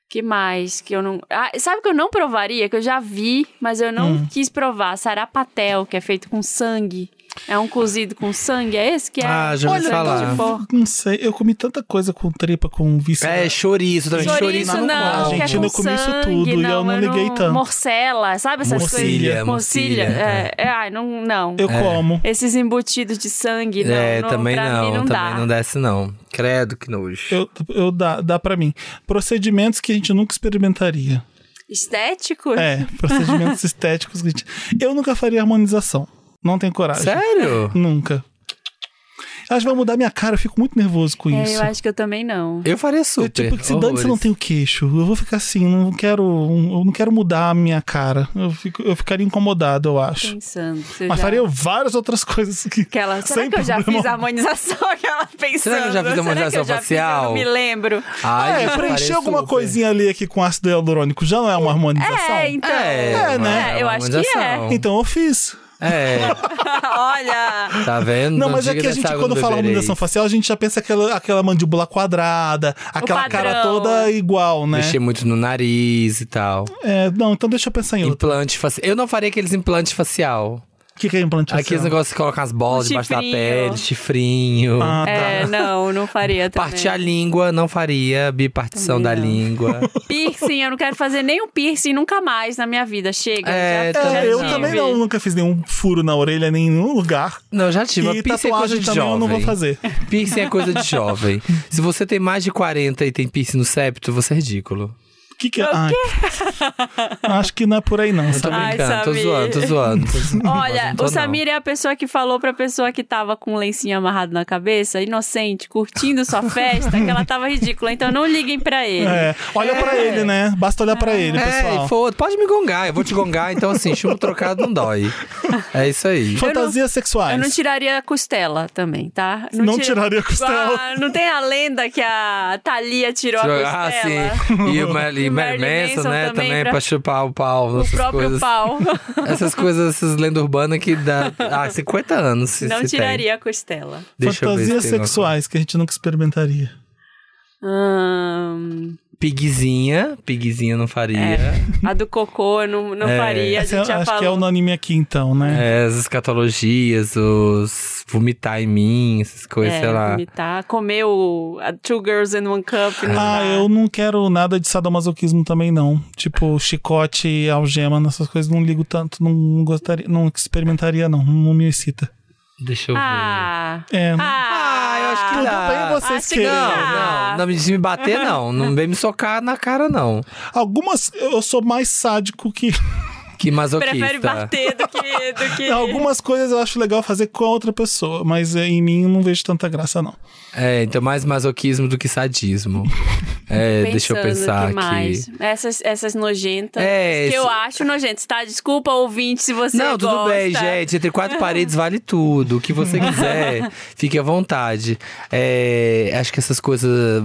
[SPEAKER 4] Que mais que eu não. Ah, sabe que eu não provaria? Que eu já vi, mas eu não quis provar. Sarapatel, que é feito com sangue. É um cozido com sangue, é esse que é?
[SPEAKER 3] Ah, já ouvi
[SPEAKER 4] Sangue
[SPEAKER 3] falar.
[SPEAKER 4] de porco.
[SPEAKER 2] Não sei, eu comi tanta coisa com tripa, com vício.
[SPEAKER 3] É, chouriço também.
[SPEAKER 4] Chouriço, não,
[SPEAKER 2] não,
[SPEAKER 4] que é
[SPEAKER 2] gente,
[SPEAKER 4] com
[SPEAKER 2] eu comi isso
[SPEAKER 4] sangue,
[SPEAKER 2] tudo e eu não liguei tanto.
[SPEAKER 4] Morcela, sabe essas
[SPEAKER 3] Morcilha,
[SPEAKER 4] coisas?
[SPEAKER 3] morcilha,
[SPEAKER 4] É, é, ai, não, não.
[SPEAKER 2] Eu como.
[SPEAKER 4] Esses embutidos de sangue, não,
[SPEAKER 3] é,
[SPEAKER 4] não,
[SPEAKER 3] também
[SPEAKER 4] pra
[SPEAKER 3] não,
[SPEAKER 4] mim não
[SPEAKER 3] também
[SPEAKER 4] dá.
[SPEAKER 3] não desce não. Credo que nojo.
[SPEAKER 2] Eu, eu dá, dá pra mim. Procedimentos que a gente nunca experimentaria.
[SPEAKER 4] Estético?
[SPEAKER 2] É, procedimentos estéticos que a gente... Eu nunca faria harmonização. Não tenho coragem.
[SPEAKER 3] Sério?
[SPEAKER 2] Nunca. Acho que vai mudar minha cara, eu fico muito nervoso com
[SPEAKER 4] É,
[SPEAKER 2] isso.
[SPEAKER 4] eu acho que eu também não.
[SPEAKER 3] Eu faria
[SPEAKER 2] Eu,
[SPEAKER 3] super.
[SPEAKER 2] tipo, que se dane se eu não
[SPEAKER 3] horrores.
[SPEAKER 2] tenho queixo. Eu vou ficar assim, não quero, um, eu não quero mudar a minha cara. Eu, fico, eu ficaria incomodado, eu acho.
[SPEAKER 4] Pensando. se eu
[SPEAKER 2] Mas
[SPEAKER 4] já...
[SPEAKER 2] faria várias outras coisas que.
[SPEAKER 4] Aquela, será
[SPEAKER 2] sem
[SPEAKER 4] que eu já
[SPEAKER 2] problema. É,
[SPEAKER 4] fiz a harmonização? Aquela pensando.
[SPEAKER 3] eu já fiz a
[SPEAKER 4] que eu
[SPEAKER 3] harmonização
[SPEAKER 4] já fiz? Eu
[SPEAKER 3] facial?
[SPEAKER 4] não me lembro.
[SPEAKER 3] Ai,
[SPEAKER 2] É,
[SPEAKER 3] gente, eu
[SPEAKER 2] preencher
[SPEAKER 3] faria
[SPEAKER 2] alguma
[SPEAKER 3] super.
[SPEAKER 2] coisinha ali aqui com ácido hialurônico já não é uma harmonização?
[SPEAKER 4] É, então.
[SPEAKER 3] É,
[SPEAKER 2] É, né?
[SPEAKER 4] É, eu
[SPEAKER 3] uma
[SPEAKER 4] acho que é.
[SPEAKER 3] harmonização.
[SPEAKER 2] Então eu fiz.
[SPEAKER 3] É,
[SPEAKER 4] Olha.
[SPEAKER 3] tá vendo?
[SPEAKER 2] Não, mas é
[SPEAKER 3] diga
[SPEAKER 2] que a
[SPEAKER 3] dessa
[SPEAKER 2] gente,
[SPEAKER 3] água
[SPEAKER 2] quando
[SPEAKER 3] do
[SPEAKER 2] fala
[SPEAKER 3] beberei.
[SPEAKER 2] harmonização facial, a gente já pensa aquela, aquela mandíbula quadrada, aquela cara
[SPEAKER 4] padrão.
[SPEAKER 2] toda igual, né?
[SPEAKER 3] Mexer muito no nariz e tal.
[SPEAKER 2] É, não, então deixa eu pensar em outro.
[SPEAKER 3] Implante facial. Eu não faria aqueles implantes facial.
[SPEAKER 2] O que, que é implante facial?
[SPEAKER 3] Aqueles negócios que colocam as bolas
[SPEAKER 4] Um
[SPEAKER 3] debaixo da
[SPEAKER 4] chifrinho.
[SPEAKER 3] pele, chifrinho.
[SPEAKER 2] Ah, tá.
[SPEAKER 4] É, não, não faria também.
[SPEAKER 3] Partir a língua, não faria bipartição
[SPEAKER 4] Também
[SPEAKER 3] da
[SPEAKER 4] não.
[SPEAKER 3] língua.
[SPEAKER 4] Piercing, eu não quero fazer nenhum piercing nunca mais na minha vida. Chega.
[SPEAKER 3] É,
[SPEAKER 4] já, já
[SPEAKER 2] É, eu
[SPEAKER 4] tive.
[SPEAKER 2] também não, nunca fiz nenhum furo na orelha, em nenhum lugar.
[SPEAKER 3] Não, já tive.
[SPEAKER 2] e
[SPEAKER 3] mas piercing é coisa
[SPEAKER 2] tatuagem
[SPEAKER 3] de
[SPEAKER 2] também
[SPEAKER 3] jovem.
[SPEAKER 2] eu não vou fazer.
[SPEAKER 3] Piercing é coisa de jovem. Se você tem mais de 40 e tem piercing no septo, você é ridículo.
[SPEAKER 2] O que, que é? Ai, acho que não é por aí, não.
[SPEAKER 3] Eu tô
[SPEAKER 2] sabe?
[SPEAKER 4] Ai,
[SPEAKER 3] brincando, tô
[SPEAKER 4] Samir.
[SPEAKER 3] zoando, tô zoando. tô zoando. Mas
[SPEAKER 4] Olha,
[SPEAKER 3] não tô,
[SPEAKER 4] o
[SPEAKER 3] não.
[SPEAKER 4] Samir é a pessoa que falou pra pessoa que tava com o lencinho amarrado na cabeça, inocente, curtindo sua festa, que ela tava ridícula. Então não liguem pra ele.
[SPEAKER 2] É, olha pra ele, né? Basta olhar pra ele,
[SPEAKER 3] É,
[SPEAKER 2] pessoal.
[SPEAKER 3] e foda, pode me gongar, eu vou te gongar, então assim, chumbo trocado não dói. É isso aí.
[SPEAKER 2] Fantasias sexuais.
[SPEAKER 4] Eu não tiraria a costela também, tá?
[SPEAKER 2] Não
[SPEAKER 4] tira-
[SPEAKER 2] tiraria a costela.
[SPEAKER 4] Ah, não tem a lenda que a Thalia tirou a costela.
[SPEAKER 3] Ah, sim. E o Marilyn
[SPEAKER 4] E Marilyn
[SPEAKER 3] Manson,
[SPEAKER 4] Manson
[SPEAKER 3] né,
[SPEAKER 4] também
[SPEAKER 3] também,
[SPEAKER 4] pra-
[SPEAKER 3] pra chupar o pau.
[SPEAKER 4] O
[SPEAKER 3] essas
[SPEAKER 4] próprio
[SPEAKER 3] coisas,
[SPEAKER 4] pau.
[SPEAKER 3] Essas coisas, essas lendas urbanas que dá... Ah, 50 anos se,
[SPEAKER 4] Não
[SPEAKER 3] se tem.
[SPEAKER 4] tiraria a costela.
[SPEAKER 3] Deixa eu ver se
[SPEAKER 2] Fantasias
[SPEAKER 3] tem alguma
[SPEAKER 2] sexuais que a gente nunca experimentaria.
[SPEAKER 4] Hum,
[SPEAKER 3] Pigzinha. Pigzinha não faria. É.
[SPEAKER 4] A do cocô eu não, não
[SPEAKER 3] É.
[SPEAKER 4] faria, a
[SPEAKER 2] Essa
[SPEAKER 4] gente
[SPEAKER 2] eu
[SPEAKER 4] já
[SPEAKER 2] acho
[SPEAKER 4] falou.
[SPEAKER 2] que é o unânime aqui, então, né?
[SPEAKER 3] as escatologias, os vomitar em mim, essas coisas,
[SPEAKER 4] É,
[SPEAKER 3] sei lá.
[SPEAKER 4] vomitar, comer o a Two Girls in One Cup. né? não
[SPEAKER 2] Ah,
[SPEAKER 4] dá.
[SPEAKER 2] eu não quero nada de sadomasoquismo também, não. Tipo, chicote, algema, nessas coisas, não ligo tanto, não gostaria, não experimentaria, não. Não me excita.
[SPEAKER 3] Deixa eu ver.
[SPEAKER 4] Ah.
[SPEAKER 2] É,
[SPEAKER 3] Ah, eu acho que
[SPEAKER 2] Tudo
[SPEAKER 3] dá.
[SPEAKER 2] bem vocês
[SPEAKER 4] Acho que
[SPEAKER 2] querem.
[SPEAKER 4] dá.
[SPEAKER 3] Não, não, não me- se me bater, não. Não vem me socar na cara, não.
[SPEAKER 2] Algumas. Eu sou mais sádico que.
[SPEAKER 3] Que masoquista.
[SPEAKER 4] Prefere bater do que. Do que...
[SPEAKER 2] Algumas coisas eu acho legal fazer com a outra pessoa, mas eh, em mim eu não vejo tanta graça, não.
[SPEAKER 3] É, então mais masoquismo do que sadismo. É, deixa eu
[SPEAKER 4] Pensando
[SPEAKER 3] pensar
[SPEAKER 4] que
[SPEAKER 3] aqui.
[SPEAKER 4] mais. Essas, essas nojentas.
[SPEAKER 3] É,
[SPEAKER 4] que eu
[SPEAKER 3] esse-
[SPEAKER 4] acho nojentas, tá? Desculpa, ouvinte, se você
[SPEAKER 3] Não, tudo
[SPEAKER 4] gosta.
[SPEAKER 3] bem, gente. Entre quatro paredes vale tudo. O que você quiser, fique à vontade. É, acho que essas coisas.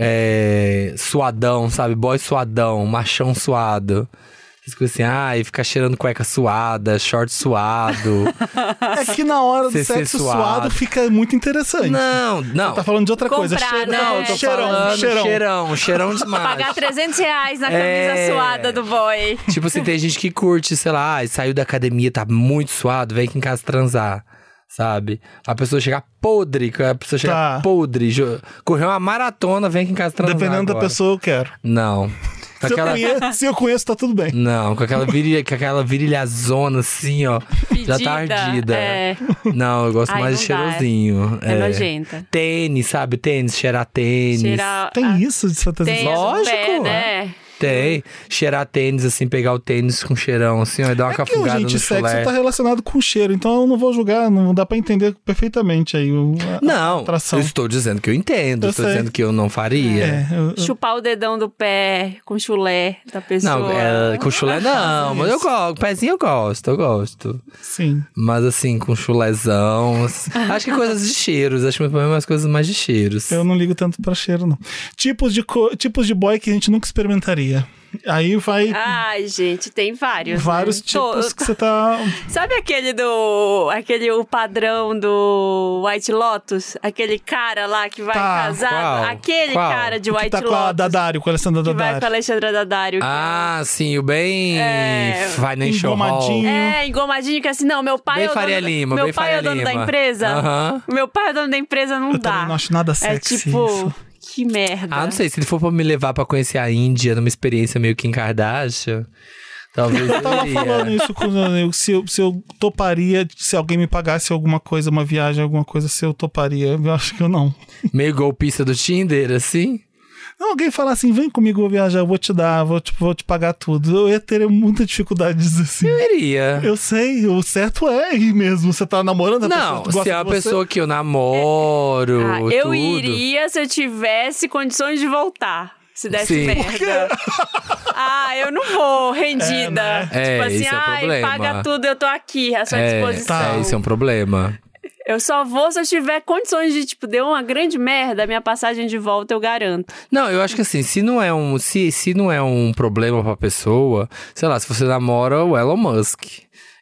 [SPEAKER 3] é, suadão, sabe? Boy suadão, machão suado. Essas coisas assim, ai, ficar cheirando cueca suada, short suado.
[SPEAKER 2] É que na hora do
[SPEAKER 3] Ser
[SPEAKER 2] sexo
[SPEAKER 3] suado.
[SPEAKER 2] suado. fica muito interessante.
[SPEAKER 3] não, não.
[SPEAKER 2] Tá falando de outra coisa.
[SPEAKER 4] Comprar,
[SPEAKER 2] Cheiro-
[SPEAKER 4] não,
[SPEAKER 3] Não,
[SPEAKER 4] eu
[SPEAKER 3] eu tô
[SPEAKER 2] cheirão,
[SPEAKER 3] falando
[SPEAKER 2] cheirão.
[SPEAKER 3] cheirão, cheirão
[SPEAKER 4] É. Pagar
[SPEAKER 3] demais.
[SPEAKER 4] 300 reais na camisa
[SPEAKER 3] É.
[SPEAKER 4] suada do boy.
[SPEAKER 3] Tipo assim, tem gente que curte, sei lá, ai, saiu da academia, tá muito suado, vem aqui em casa transar. Sabe? A pessoa chegar podre, a pessoa chegar
[SPEAKER 2] Tá.
[SPEAKER 3] podre, jo- correu uma maratona, vem aqui em casa transar.
[SPEAKER 2] Dependendo da
[SPEAKER 3] agora.
[SPEAKER 2] pessoa, eu quero.
[SPEAKER 3] Não. Com
[SPEAKER 2] Se,
[SPEAKER 3] aquela.
[SPEAKER 2] eu conheço, se eu conheço, tá tudo bem.
[SPEAKER 3] Não, com aquela, virilha, com aquela virilhazona assim, ó. Já tá
[SPEAKER 4] Fedida,
[SPEAKER 3] ardida.
[SPEAKER 4] é.
[SPEAKER 3] Não, eu gosto
[SPEAKER 4] Ai,
[SPEAKER 3] mais de
[SPEAKER 4] não dá, é-
[SPEAKER 3] cheirosinho.
[SPEAKER 4] É, nojenta.
[SPEAKER 3] Tênis, sabe? Tênis, cheirar tênis.
[SPEAKER 4] Cheirar
[SPEAKER 2] Tem
[SPEAKER 4] a-
[SPEAKER 2] isso de
[SPEAKER 4] tênis
[SPEAKER 2] satisfação.
[SPEAKER 4] no
[SPEAKER 3] Lógico,
[SPEAKER 4] pé,
[SPEAKER 3] é.
[SPEAKER 4] né?
[SPEAKER 3] Tem. Cheirar tênis, assim, pegar o tênis com cheirão, assim, ó, e dar uma
[SPEAKER 2] É que,
[SPEAKER 3] cafugada
[SPEAKER 2] gente,
[SPEAKER 3] no
[SPEAKER 2] sexo
[SPEAKER 3] chulé.
[SPEAKER 2] tá relacionado com cheiro, então eu não vou julgar, não dá pra entender perfeitamente aí. o- a-
[SPEAKER 3] Não,
[SPEAKER 2] atração.
[SPEAKER 3] eu estou dizendo que eu entendo.
[SPEAKER 2] Eu
[SPEAKER 3] estou
[SPEAKER 2] sei.
[SPEAKER 3] dizendo que eu não faria.
[SPEAKER 2] É, eu- eu-
[SPEAKER 4] Chupar o dedão do pé com chulé da pessoa.
[SPEAKER 3] Não, é, com chulé não, mas eu gosto, pezinho eu gosto, eu gosto.
[SPEAKER 2] sim.
[SPEAKER 3] Mas assim, com chulézão. acho que coisas de cheiros, acho que umas coisas mais de cheiros.
[SPEAKER 2] Eu não ligo tanto pra cheiro, não. Tipos de, co- tipos de boy que a gente nunca experimentaria. Aí vai
[SPEAKER 4] Ai, gente, tem vários. né?
[SPEAKER 2] vários
[SPEAKER 4] Ah, Tô-
[SPEAKER 2] tipos que você tá.
[SPEAKER 4] Sabe aquele do. aquele o padrão do White Lotus? Aquele cara lá que vai
[SPEAKER 2] Tá,
[SPEAKER 4] casar?
[SPEAKER 3] qual?
[SPEAKER 4] Aquele
[SPEAKER 3] Qual?
[SPEAKER 4] cara de
[SPEAKER 2] que
[SPEAKER 4] White
[SPEAKER 2] tá com a
[SPEAKER 4] Lotus.
[SPEAKER 2] Dadário, com a Alessandra
[SPEAKER 4] que vai
[SPEAKER 2] Dadário.
[SPEAKER 4] com a Alexandra Dadário. que
[SPEAKER 3] Ah, sim, o bem
[SPEAKER 4] É,
[SPEAKER 3] financial hall.
[SPEAKER 2] engomadinho.
[SPEAKER 4] É, engomadinho, que assim, não, meu pai
[SPEAKER 3] Bem
[SPEAKER 4] é o
[SPEAKER 3] Faria
[SPEAKER 4] dono,
[SPEAKER 3] Lima,
[SPEAKER 4] meu
[SPEAKER 3] bem
[SPEAKER 4] pai é o
[SPEAKER 3] Faria
[SPEAKER 4] dono da
[SPEAKER 3] Lima.
[SPEAKER 4] empresa.
[SPEAKER 3] Aham.
[SPEAKER 4] Meu pai é o dono da empresa, não
[SPEAKER 2] Eu
[SPEAKER 4] dá.
[SPEAKER 2] também não acho nada
[SPEAKER 4] é
[SPEAKER 2] sexy.
[SPEAKER 4] tipo,
[SPEAKER 2] isso.
[SPEAKER 4] que merda.
[SPEAKER 3] Ah, não sei, se ele for pra me levar pra conhecer a Índia numa experiência meio Kim Kardashian, talvez eu
[SPEAKER 2] Eu tava
[SPEAKER 3] iria.
[SPEAKER 2] falando isso com eu, se, eu, se eu toparia, se alguém me pagasse alguma coisa, uma viagem, alguma coisa, se eu toparia. Eu acho que eu não.
[SPEAKER 3] Meio golpista do Tinder, assim.
[SPEAKER 2] Não, alguém falar assim, vem comigo eu vou viajar, eu vou te dar, vou te, vou te pagar tudo. Eu ia ter muita dificuldade de dizer assim.
[SPEAKER 3] Eu iria.
[SPEAKER 2] Eu sei, o certo é ir mesmo. Você tá namorando a pessoa
[SPEAKER 3] Não,
[SPEAKER 2] que gosta
[SPEAKER 3] se é
[SPEAKER 2] de
[SPEAKER 3] uma
[SPEAKER 2] você.
[SPEAKER 3] pessoa que eu namoro,
[SPEAKER 4] Ah, eu
[SPEAKER 3] tudo.
[SPEAKER 4] iria se eu tivesse condições de voltar. Se desse
[SPEAKER 3] Sim. Por
[SPEAKER 4] merda. Ah, eu não vou rendida.
[SPEAKER 2] É, né?
[SPEAKER 4] Tipo
[SPEAKER 3] É,
[SPEAKER 4] assim,
[SPEAKER 3] esse é o
[SPEAKER 4] ai,
[SPEAKER 3] problema.
[SPEAKER 4] paga tudo, eu tô aqui, à sua
[SPEAKER 3] É,
[SPEAKER 4] disposição.
[SPEAKER 3] tá, isso é um problema.
[SPEAKER 4] Eu só vou se eu tiver condições de, tipo, deu uma grande merda, minha passagem de volta eu garanto.
[SPEAKER 3] Não, eu acho que assim, se não é um, se, se não é um problema pra pessoa, sei lá, se você namora o Elon Musk,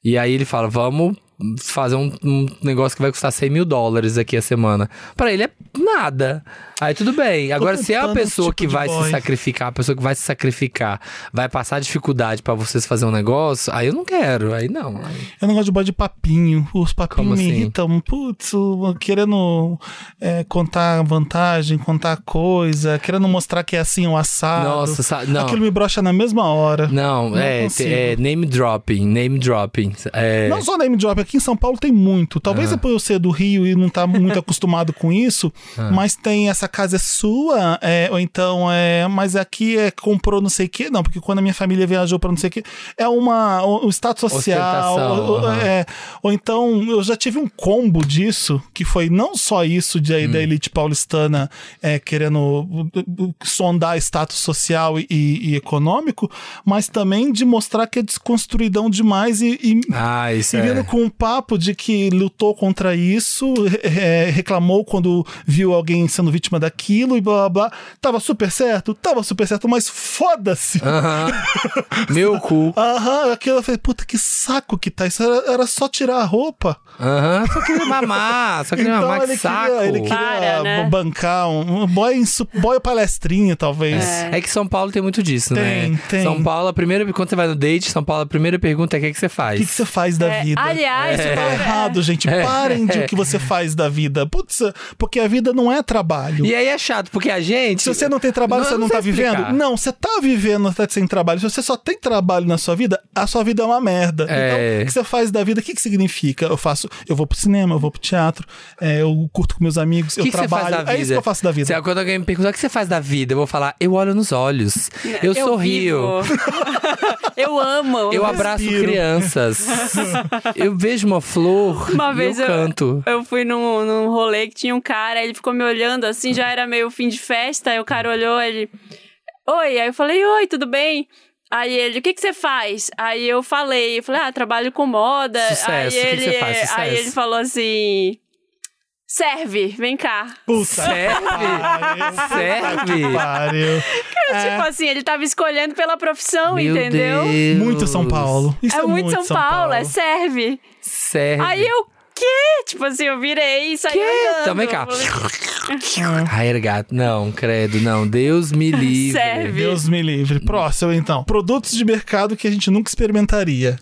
[SPEAKER 3] e aí ele fala, vamos fazer um, um negócio que vai custar 100 mil dólares aqui a semana. Pra ele é nada. Aí tudo bem. Agora, se é a
[SPEAKER 2] tentando um
[SPEAKER 3] pessoa
[SPEAKER 2] tipo
[SPEAKER 3] que
[SPEAKER 2] de
[SPEAKER 3] vai se
[SPEAKER 2] boy.
[SPEAKER 3] sacrificar, a pessoa que vai se sacrificar, vai passar dificuldade pra vocês fazer um negócio, aí eu não quero, aí não. Aí-
[SPEAKER 2] Eu não gosto de boy de papinho. Os papinhos
[SPEAKER 3] Como
[SPEAKER 2] me
[SPEAKER 3] assim?
[SPEAKER 2] irritam. Putz, o- querendo é, contar vantagem, contar coisa, querendo mostrar que é assim o assado.
[SPEAKER 3] Nossa, sa- não.
[SPEAKER 2] Aquilo me brocha na mesma hora.
[SPEAKER 3] Não,
[SPEAKER 2] Não
[SPEAKER 3] é,
[SPEAKER 2] consigo.
[SPEAKER 3] é name dropping, name dropping. É,
[SPEAKER 2] Não só name drop, aqui em São Paulo tem muito. Talvez é por eu ser do Rio e não estar muito acostumado com isso, mas tem essa casa é sua, é, ou então é, mas aqui é comprou não sei o quê, não, porque quando a minha família viajou pra não sei o quê, é uma o, o status social,
[SPEAKER 3] Ostentação,
[SPEAKER 2] ou, ou-
[SPEAKER 3] aham.
[SPEAKER 2] é, ou então eu já tive um combo disso, que foi não só isso de
[SPEAKER 3] Hum.
[SPEAKER 2] aí da elite paulistana é, querendo uh, uh, sondar status social e, e- e econômico, mas também de mostrar que é desconstruidão demais e- e
[SPEAKER 3] Ah, isso
[SPEAKER 2] se
[SPEAKER 3] é.
[SPEAKER 2] vindo com um papo de que lutou contra isso, re- re- reclamou quando viu alguém sendo vítima daquilo e blá blá blá. Tava super certo? Tava super certo, mas foda-se.
[SPEAKER 3] Aham. Meu cu.
[SPEAKER 2] Aham, aquilo eu falei, puta que saco que tá. Isso era, era só tirar a roupa.
[SPEAKER 3] Aham. Só queria mamar. Só queria mamar. Ah, Que
[SPEAKER 2] Então ele
[SPEAKER 3] saco.
[SPEAKER 2] queria, ele queria
[SPEAKER 4] Para, né?
[SPEAKER 2] bancar um, um boy, insu- boy palestrinha, talvez.
[SPEAKER 3] É que São Paulo tem muito disso,
[SPEAKER 2] Tem,
[SPEAKER 3] né?
[SPEAKER 2] tem.
[SPEAKER 3] São Paulo, a primeira, quando você vai no date, São Paulo, a primeira pergunta é o que, é que você
[SPEAKER 2] O
[SPEAKER 3] faz?
[SPEAKER 2] que, que você faz da vida?
[SPEAKER 4] É, Aliás,
[SPEAKER 3] É.
[SPEAKER 2] Isso
[SPEAKER 4] o
[SPEAKER 2] tá
[SPEAKER 4] povo-
[SPEAKER 2] errado, gente. Parem de o que você faz da vida. Putz, porque a vida não é trabalho.
[SPEAKER 3] E aí é chato, porque a gente.
[SPEAKER 2] Se você não tem trabalho,
[SPEAKER 3] eu
[SPEAKER 2] você não
[SPEAKER 3] sei
[SPEAKER 2] tá
[SPEAKER 3] explicar.
[SPEAKER 2] vivendo? Não, você tá vivendo tá sem trabalho. Se você só tem trabalho na sua vida, a sua vida é uma merda.
[SPEAKER 3] É.
[SPEAKER 2] Então, o que você faz da vida? O que, que significa? Eu faço, eu vou pro cinema, eu vou pro teatro, é, eu curto com meus amigos,
[SPEAKER 3] O
[SPEAKER 2] eu
[SPEAKER 3] que, que você faz
[SPEAKER 2] trabalho.
[SPEAKER 3] da vida?
[SPEAKER 2] É isso que eu faço da vida.
[SPEAKER 3] Se- quando alguém me pergunta o que você faz da vida, eu vou falar, eu olho nos olhos, eu, sorrio,
[SPEAKER 4] vivo. eu amo.
[SPEAKER 3] eu abraço
[SPEAKER 2] respiro.
[SPEAKER 3] crianças, eu vejo uma flor
[SPEAKER 4] Uma
[SPEAKER 3] e
[SPEAKER 4] vez
[SPEAKER 3] eu
[SPEAKER 4] eu,
[SPEAKER 3] canto.
[SPEAKER 4] eu fui num, num rolê que tinha um cara, ele ficou me olhando assim, já era meio fim de festa, aí o cara olhou, ele. Oi, aí eu falei, oi, tudo bem? Aí ele, o que, que você faz? Aí eu falei, eu falei, ah, trabalho com moda.
[SPEAKER 3] Sucesso,
[SPEAKER 4] aí
[SPEAKER 3] o que que
[SPEAKER 4] ele,
[SPEAKER 3] você faz? Sucesso.
[SPEAKER 4] aí ele falou assim: serve, vem cá.
[SPEAKER 2] Puta que
[SPEAKER 3] Serve? Serve?
[SPEAKER 2] pariu.
[SPEAKER 4] Tipo assim, ele tava escolhendo pela profissão,
[SPEAKER 3] É. Meu
[SPEAKER 4] entendeu?
[SPEAKER 3] Deus.
[SPEAKER 2] Muito São Paulo. Isso
[SPEAKER 4] É
[SPEAKER 2] é,
[SPEAKER 4] muito São, Paulo, é serve.
[SPEAKER 3] Serve.
[SPEAKER 4] Aí eu, quê? Tipo assim, eu virei e saí andando.
[SPEAKER 3] Então vem cá.
[SPEAKER 4] Falei,
[SPEAKER 3] Ai, era gato. Não, credo, não. Deus me livre.
[SPEAKER 4] Serve.
[SPEAKER 2] Deus me livre. Próximo, então. Produtos de mercado que a gente nunca experimentaria.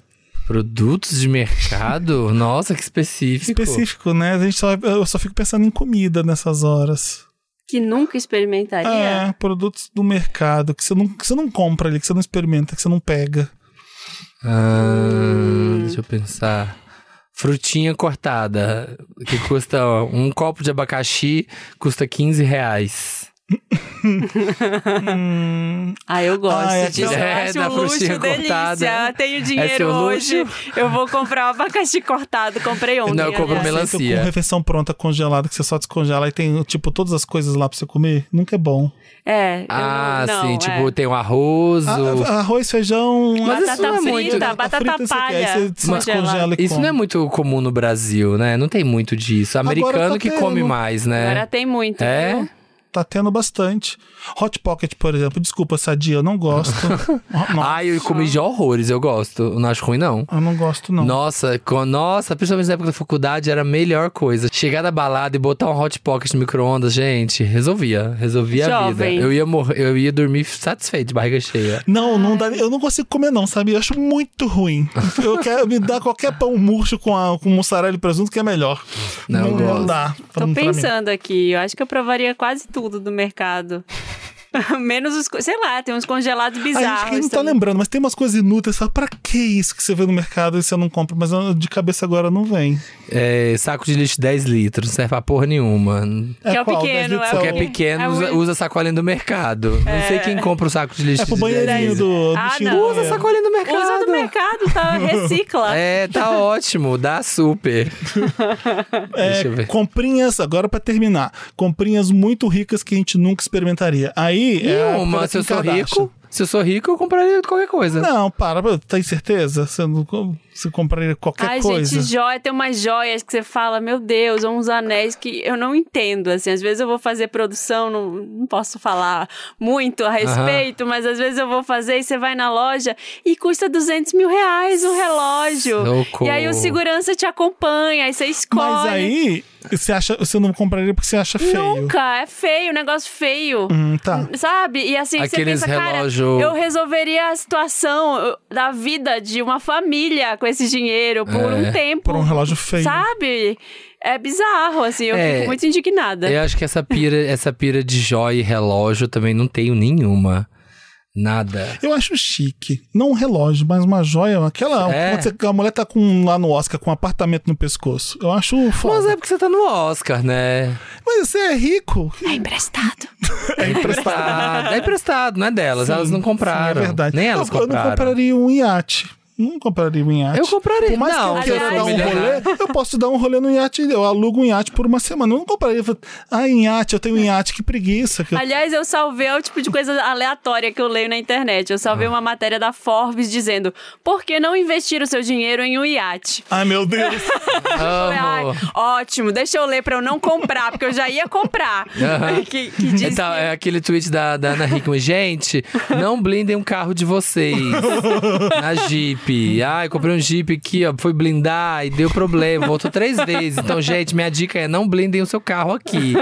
[SPEAKER 3] Produtos de mercado? Nossa, que específico.
[SPEAKER 2] Específico, né? A gente só, eu só fico pensando em comida nessas horas.
[SPEAKER 4] Que nunca
[SPEAKER 3] Ah.
[SPEAKER 4] experimentaria.
[SPEAKER 2] É, produtos do mercado que você, não, que você não compra ali, que você não experimenta, que você não pega.
[SPEAKER 3] Ah, deixa eu pensar. Frutinha cortada, que custa ó, um copo de abacaxi, custa 15 reais.
[SPEAKER 4] Ah, eu gosto
[SPEAKER 2] Ah, é
[SPEAKER 4] disso.
[SPEAKER 2] aquela-
[SPEAKER 4] Eu
[SPEAKER 3] É,
[SPEAKER 4] acho
[SPEAKER 3] da
[SPEAKER 4] um luxo,
[SPEAKER 3] frutinha
[SPEAKER 4] delícia.
[SPEAKER 3] cortada.
[SPEAKER 4] Tenho
[SPEAKER 3] É seu
[SPEAKER 4] dinheiro
[SPEAKER 3] luxo?
[SPEAKER 4] hoje. Eu vou comprar um abacaxi cortado. Comprei ontem.
[SPEAKER 3] Não, eu compro
[SPEAKER 4] aliás.
[SPEAKER 3] É melancia.
[SPEAKER 2] Aceito Com refeição pronta, congelada, que você só descongela e tem, tipo, todas as coisas lá pra você comer, nunca é bom.
[SPEAKER 4] É. eu
[SPEAKER 3] Ah,
[SPEAKER 4] não-
[SPEAKER 3] sim,
[SPEAKER 4] não,
[SPEAKER 3] tipo,
[SPEAKER 4] é.
[SPEAKER 3] tem o arroz. o-
[SPEAKER 2] Ah, arroz, feijão,
[SPEAKER 3] Mas
[SPEAKER 4] Batata
[SPEAKER 3] isso não é muito-
[SPEAKER 4] frita,
[SPEAKER 2] batata
[SPEAKER 4] batata,
[SPEAKER 2] frita, isso aqui, aí
[SPEAKER 4] palha.
[SPEAKER 2] você descongela e
[SPEAKER 3] Isso
[SPEAKER 2] come.
[SPEAKER 3] não é muito comum no Brasil, né? Não tem muito disso. Americano
[SPEAKER 2] tá
[SPEAKER 3] que
[SPEAKER 2] tendo.
[SPEAKER 3] come mais, né?
[SPEAKER 4] Agora tá tem muito.
[SPEAKER 3] É?
[SPEAKER 4] viu?
[SPEAKER 2] Tá tendo bastante. Hot Pocket, por exemplo. Desculpa, sadia, eu não gosto. Ó, não,
[SPEAKER 3] Ah, eu comi de horrores, eu gosto. Eu Não acho ruim, não.
[SPEAKER 2] eu não gosto, não.
[SPEAKER 3] Nossa, com, nossa, principalmente na época da faculdade era a melhor coisa. Chegar da balada e botar um hot pocket no micro-ondas, gente, resolvia. Resolvia a
[SPEAKER 4] Jovem.
[SPEAKER 3] vida. Eu ia, morrer, eu ia dormir satisfeito, de barriga cheia.
[SPEAKER 2] Não, não dá, eu não consigo comer, não, sabe? Eu acho muito ruim. Eu quero me dar qualquer pão murcho com, a, com mussarela e presunto que é melhor.
[SPEAKER 3] Não, eu gosto.
[SPEAKER 2] dá. pra- pra
[SPEAKER 4] Tô
[SPEAKER 2] mim.
[SPEAKER 4] pensando aqui. Eu acho que eu provaria quase tudo do mercado. Menos os. co- Sei lá, tem uns congelados
[SPEAKER 2] A
[SPEAKER 4] bizarros.
[SPEAKER 2] gente que não tá
[SPEAKER 4] também.
[SPEAKER 2] lembrando, mas tem umas coisas inúteis. Fala, pra que isso que você vê no mercado e você não compra? Mas ah, de cabeça agora não vem.
[SPEAKER 3] É, saco de lixo 10 litros, não serve pra porra nenhuma.
[SPEAKER 4] Que é o
[SPEAKER 2] qual? Deve
[SPEAKER 4] pequeno,
[SPEAKER 2] ser
[SPEAKER 4] é o
[SPEAKER 3] Porque é
[SPEAKER 2] o-
[SPEAKER 3] pequeno,
[SPEAKER 4] É
[SPEAKER 3] usa,
[SPEAKER 4] um-
[SPEAKER 3] usa sacolinha do mercado. Não sei quem compra o saco de lixo
[SPEAKER 2] É pro
[SPEAKER 3] de 10
[SPEAKER 2] banheirinho
[SPEAKER 3] litros.
[SPEAKER 2] do, do
[SPEAKER 4] Ah,
[SPEAKER 2] bichinho
[SPEAKER 4] não.
[SPEAKER 2] do
[SPEAKER 4] Usa
[SPEAKER 2] banheiro.
[SPEAKER 3] Sacolinha do mercado.
[SPEAKER 4] Usa do mercado, tá? Recicla.
[SPEAKER 3] É, tá ótimo, dá super. Deixa eu
[SPEAKER 2] É,
[SPEAKER 3] ver.
[SPEAKER 2] comprinhas, agora pra terminar. Comprinhas muito ricas que a gente nunca experimentaria. Aí.
[SPEAKER 3] E
[SPEAKER 2] é a
[SPEAKER 3] uma,
[SPEAKER 2] Kim
[SPEAKER 3] se eu sou
[SPEAKER 2] Kardashian.
[SPEAKER 3] rico, se eu sou rico, eu compraria qualquer coisa.
[SPEAKER 2] Não, para, tem certeza? Você, não, você compraria qualquer
[SPEAKER 4] Ai,
[SPEAKER 2] coisa.
[SPEAKER 4] gente, joia, tem umas joias que você fala, meu Deus, ou uns anéis que eu não entendo, assim, às vezes eu vou fazer produção, não, não posso falar muito a respeito, mas às vezes eu vou fazer e você vai na loja e custa 200 mil reais um relógio.
[SPEAKER 3] Socorro.
[SPEAKER 4] E aí o segurança te acompanha, aí você escolhe.
[SPEAKER 2] Mas aí, você, acha, você não compraria porque você acha feio.
[SPEAKER 4] Nunca, é feio, negócio feio.
[SPEAKER 2] Hum, tá.
[SPEAKER 4] Sabe? E assim,
[SPEAKER 3] Aqueles
[SPEAKER 4] você pensa,
[SPEAKER 3] relógio-
[SPEAKER 4] cara, eu resolveria a situação eu- da vida de uma família com esse dinheiro por
[SPEAKER 3] É,
[SPEAKER 4] um tempo.
[SPEAKER 2] Por um relógio feio.
[SPEAKER 4] Sabe? É bizarro, assim, eu
[SPEAKER 3] É.
[SPEAKER 4] fico muito indignada.
[SPEAKER 3] Eu acho que essa pira, essa pira de joia e relógio eu também não tenho nenhuma. Nada.
[SPEAKER 2] Eu acho chique. Não um relógio, mas uma joia. Aquela.
[SPEAKER 3] É.
[SPEAKER 2] quando você- a mulher tá com, lá no Oscar com um apartamento no pescoço. Eu acho
[SPEAKER 3] Mas
[SPEAKER 2] foda.
[SPEAKER 3] é porque você tá no Oscar, né?
[SPEAKER 2] Mas você é rico.
[SPEAKER 4] É emprestado.
[SPEAKER 3] É emprestado. é emprestado, não é delas. elas não compraram.
[SPEAKER 2] É verdade.
[SPEAKER 3] Nem elas
[SPEAKER 2] eu, eu não
[SPEAKER 3] compraram.
[SPEAKER 2] compraria um iate. não compraria um iate.
[SPEAKER 3] Eu compraria.
[SPEAKER 2] Por mais
[SPEAKER 3] Não, é
[SPEAKER 2] que eu queira
[SPEAKER 4] aliás,
[SPEAKER 2] dar um rolê,
[SPEAKER 3] milionário.
[SPEAKER 2] eu posso dar um rolê no iate. Eu alugo um iate por uma semana. Eu não compraria. Eu falo, Ah, iate, eu tenho um iate, que preguiça. que eu-
[SPEAKER 4] Aliás, eu salvei é o tipo de coisa aleatória que eu leio na internet. Eu
[SPEAKER 2] Ah.
[SPEAKER 4] salvei uma matéria da Forbes dizendo: por que não investir o seu dinheiro em um iate?
[SPEAKER 2] Ai, meu Deus.
[SPEAKER 4] Falei, "Ai,
[SPEAKER 3] Amo.
[SPEAKER 4] ótimo, deixa eu ler pra eu não comprar, porque eu já ia comprar.
[SPEAKER 3] Aham.
[SPEAKER 4] que, que diz
[SPEAKER 3] Então, é aquele tweet da, da Ana Hickman. Gente, não blindem um carro de vocês na Jeep. Ai, comprei um Jeep aqui, ó. Fui blindar e deu problema. Voltou três vezes. Então, gente, minha dica é não blindem o seu carro aqui.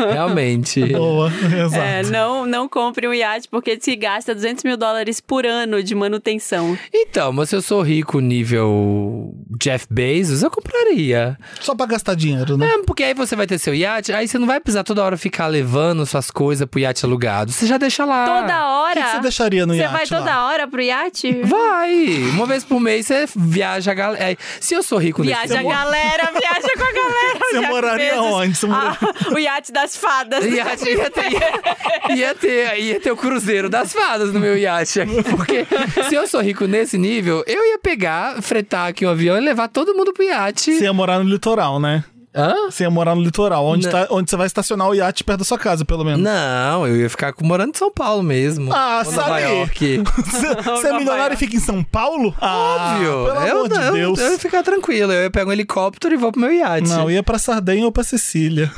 [SPEAKER 3] Realmente.
[SPEAKER 2] Boa, exato.
[SPEAKER 4] É,
[SPEAKER 3] tá.
[SPEAKER 4] não, não compre um iate porque se gasta 200 mil dólares por ano de manutenção.
[SPEAKER 3] Então, mas se eu sou rico nível Jeff Bezos, eu compraria.
[SPEAKER 4] Tá.
[SPEAKER 2] Só pra gastar dinheiro, né?
[SPEAKER 3] É, porque aí você vai ter seu iate, aí você não vai precisar toda hora ficar levando suas coisas pro iate alugado. Você já deixa lá.
[SPEAKER 4] Toda
[SPEAKER 2] Ah, O que,
[SPEAKER 4] hora.
[SPEAKER 2] que você deixaria no
[SPEAKER 4] Você
[SPEAKER 2] iate?
[SPEAKER 4] vai
[SPEAKER 2] lá?
[SPEAKER 4] toda hora pro iate?
[SPEAKER 3] Vai! Uma vez por mês você viaja a galera. É, Se eu sou rico nesse
[SPEAKER 4] Viaja a
[SPEAKER 3] mundo-
[SPEAKER 4] galera, viaja com a galera.
[SPEAKER 2] Você
[SPEAKER 4] Jeff
[SPEAKER 2] moraria
[SPEAKER 4] Bezos.
[SPEAKER 2] onde? Você moraria-
[SPEAKER 4] Ah, o iate das fadas.
[SPEAKER 3] Iate ia ter, ia, ia ter, ia ter o Cruzeiro das Fadas no meu iate. Porque se eu sou rico nesse nível, eu ia pegar, fretar aqui um avião e levar todo mundo pro iate.
[SPEAKER 2] Você ia morar no litoral, né?
[SPEAKER 3] Hã?
[SPEAKER 2] Você ia morar no litoral, onde,
[SPEAKER 3] Não.
[SPEAKER 2] tá- onde você vai estacionar o iate perto da sua casa, pelo menos.
[SPEAKER 3] Não, eu ia ficar com- morando em São Paulo mesmo.
[SPEAKER 2] Ah,
[SPEAKER 3] Ou Nova
[SPEAKER 2] sabe?
[SPEAKER 3] York.
[SPEAKER 2] Você você é
[SPEAKER 4] Nova
[SPEAKER 2] milionário e
[SPEAKER 4] York.
[SPEAKER 2] fica em São Paulo? Ah,
[SPEAKER 3] Óbvio.
[SPEAKER 2] Pelo
[SPEAKER 3] eu,
[SPEAKER 2] amor de
[SPEAKER 3] não-
[SPEAKER 2] Deus.
[SPEAKER 3] Eu ia ficar tranquilo. Eu ia pegar um helicóptero e vou pro meu iate.
[SPEAKER 2] Não, ia pra Sardenha ou pra Sicília.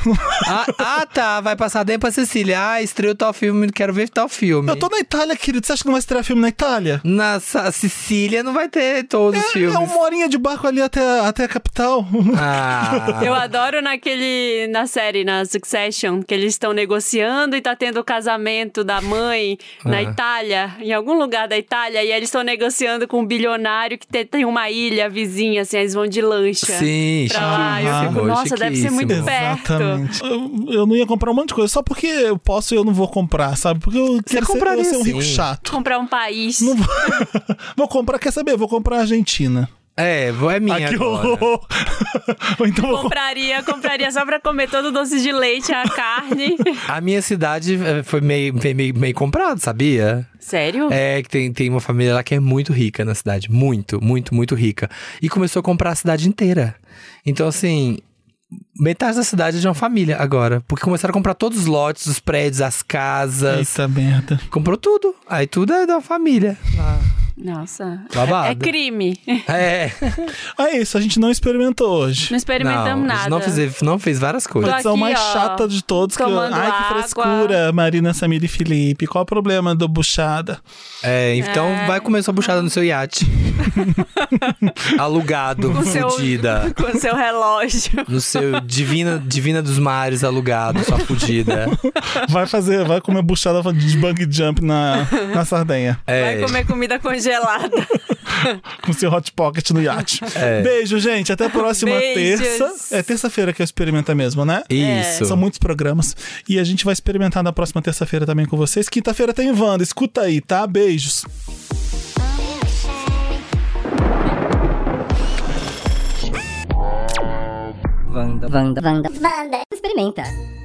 [SPEAKER 3] ah, ah, tá. Vai passar dentro pra Cecília. Ah, estreou tal filme, quero ver tal filme.
[SPEAKER 2] Eu tô na Itália, querido. Você acha que não vai estrear filme na Itália?
[SPEAKER 3] Na Sa- Sicília não vai ter todos os
[SPEAKER 2] É,
[SPEAKER 3] filmes.
[SPEAKER 2] é uma horinha de barco ali até, até a capital.
[SPEAKER 3] Ah.
[SPEAKER 4] Eu adoro naquele na série, na Succession, que eles estão negociando e tá tendo o casamento da mãe na Itália, em algum lugar da Itália, e aí eles estão negociando com um bilionário que te- tem uma ilha vizinha, assim, eles vão de lancha.
[SPEAKER 3] Sim,
[SPEAKER 4] Pra lá, eu fico,
[SPEAKER 3] chiquíssimo,
[SPEAKER 4] nossa, deve ser muito
[SPEAKER 3] chiquíssimo.
[SPEAKER 4] perto.
[SPEAKER 2] Exatamente. Eu, eu não ia comprar um monte de coisa, só porque eu posso e eu não vou comprar, sabe? Porque eu quero ser, eu
[SPEAKER 3] compraria
[SPEAKER 2] ser um
[SPEAKER 3] sim.
[SPEAKER 2] rico chato.
[SPEAKER 4] Comprar um país.
[SPEAKER 2] Não vou... vou comprar, quer saber? Vou comprar a Argentina.
[SPEAKER 3] É, vou- é minha
[SPEAKER 2] ah, que
[SPEAKER 3] agora.
[SPEAKER 2] horror! Ou então vou comprar.
[SPEAKER 4] Compraria, compraria só pra comer todo o doce de leite, a carne.
[SPEAKER 3] A minha cidade eh, foi meio, meio, meio comprado, sabia?
[SPEAKER 4] Sério?
[SPEAKER 3] É, que tem, tem uma família lá que é muito rica na cidade. Muito, muito, muito rica. E começou a comprar a cidade inteira. Então, assim, metade da cidade é de uma família agora. Porque começaram a comprar todos os lotes, os prédios, as casas.
[SPEAKER 2] Eita merda.
[SPEAKER 3] Comprou tudo. Aí tudo é da família.
[SPEAKER 4] Nossa.
[SPEAKER 3] Babado.
[SPEAKER 4] É crime.
[SPEAKER 3] É.
[SPEAKER 2] Ah, é isso, a gente não experimentou hoje.
[SPEAKER 4] Não experimentamos
[SPEAKER 3] a gente
[SPEAKER 4] nada.
[SPEAKER 3] Não fez, não fez várias coisas.
[SPEAKER 2] Edição
[SPEAKER 4] aqui,
[SPEAKER 2] mais
[SPEAKER 4] ó,
[SPEAKER 2] chata de todos. Que, eu-
[SPEAKER 4] tomando
[SPEAKER 2] ai, que
[SPEAKER 4] água.
[SPEAKER 2] frescura, Marina, Samira e Felipe. Qual o problema do buchada?
[SPEAKER 3] É, então vai comer sua buchada no seu iate. alugado,
[SPEAKER 4] Com seu-
[SPEAKER 3] fudida.
[SPEAKER 4] Com seu relógio.
[SPEAKER 3] No seu divina, divina dos mares alugado, sua fudida.
[SPEAKER 2] Vai fazer, vai comer buchada de bang jump na, na Sardenha.
[SPEAKER 3] É.
[SPEAKER 4] Vai comer comida congelada.
[SPEAKER 2] Com seu hot pocket no iate.
[SPEAKER 3] É.
[SPEAKER 2] Beijo, gente. Até a próxima
[SPEAKER 4] Beijos.
[SPEAKER 2] terça. É terça-feira que eu experimento mesmo, né?
[SPEAKER 4] É.
[SPEAKER 3] Isso.
[SPEAKER 2] São muitos programas. E a gente vai experimentar na próxima terça-feira também com vocês. Quinta-feira tem Wanda. Escuta aí, tá? Beijos.
[SPEAKER 1] Vanda. Vanda. Vanda. Experimenta.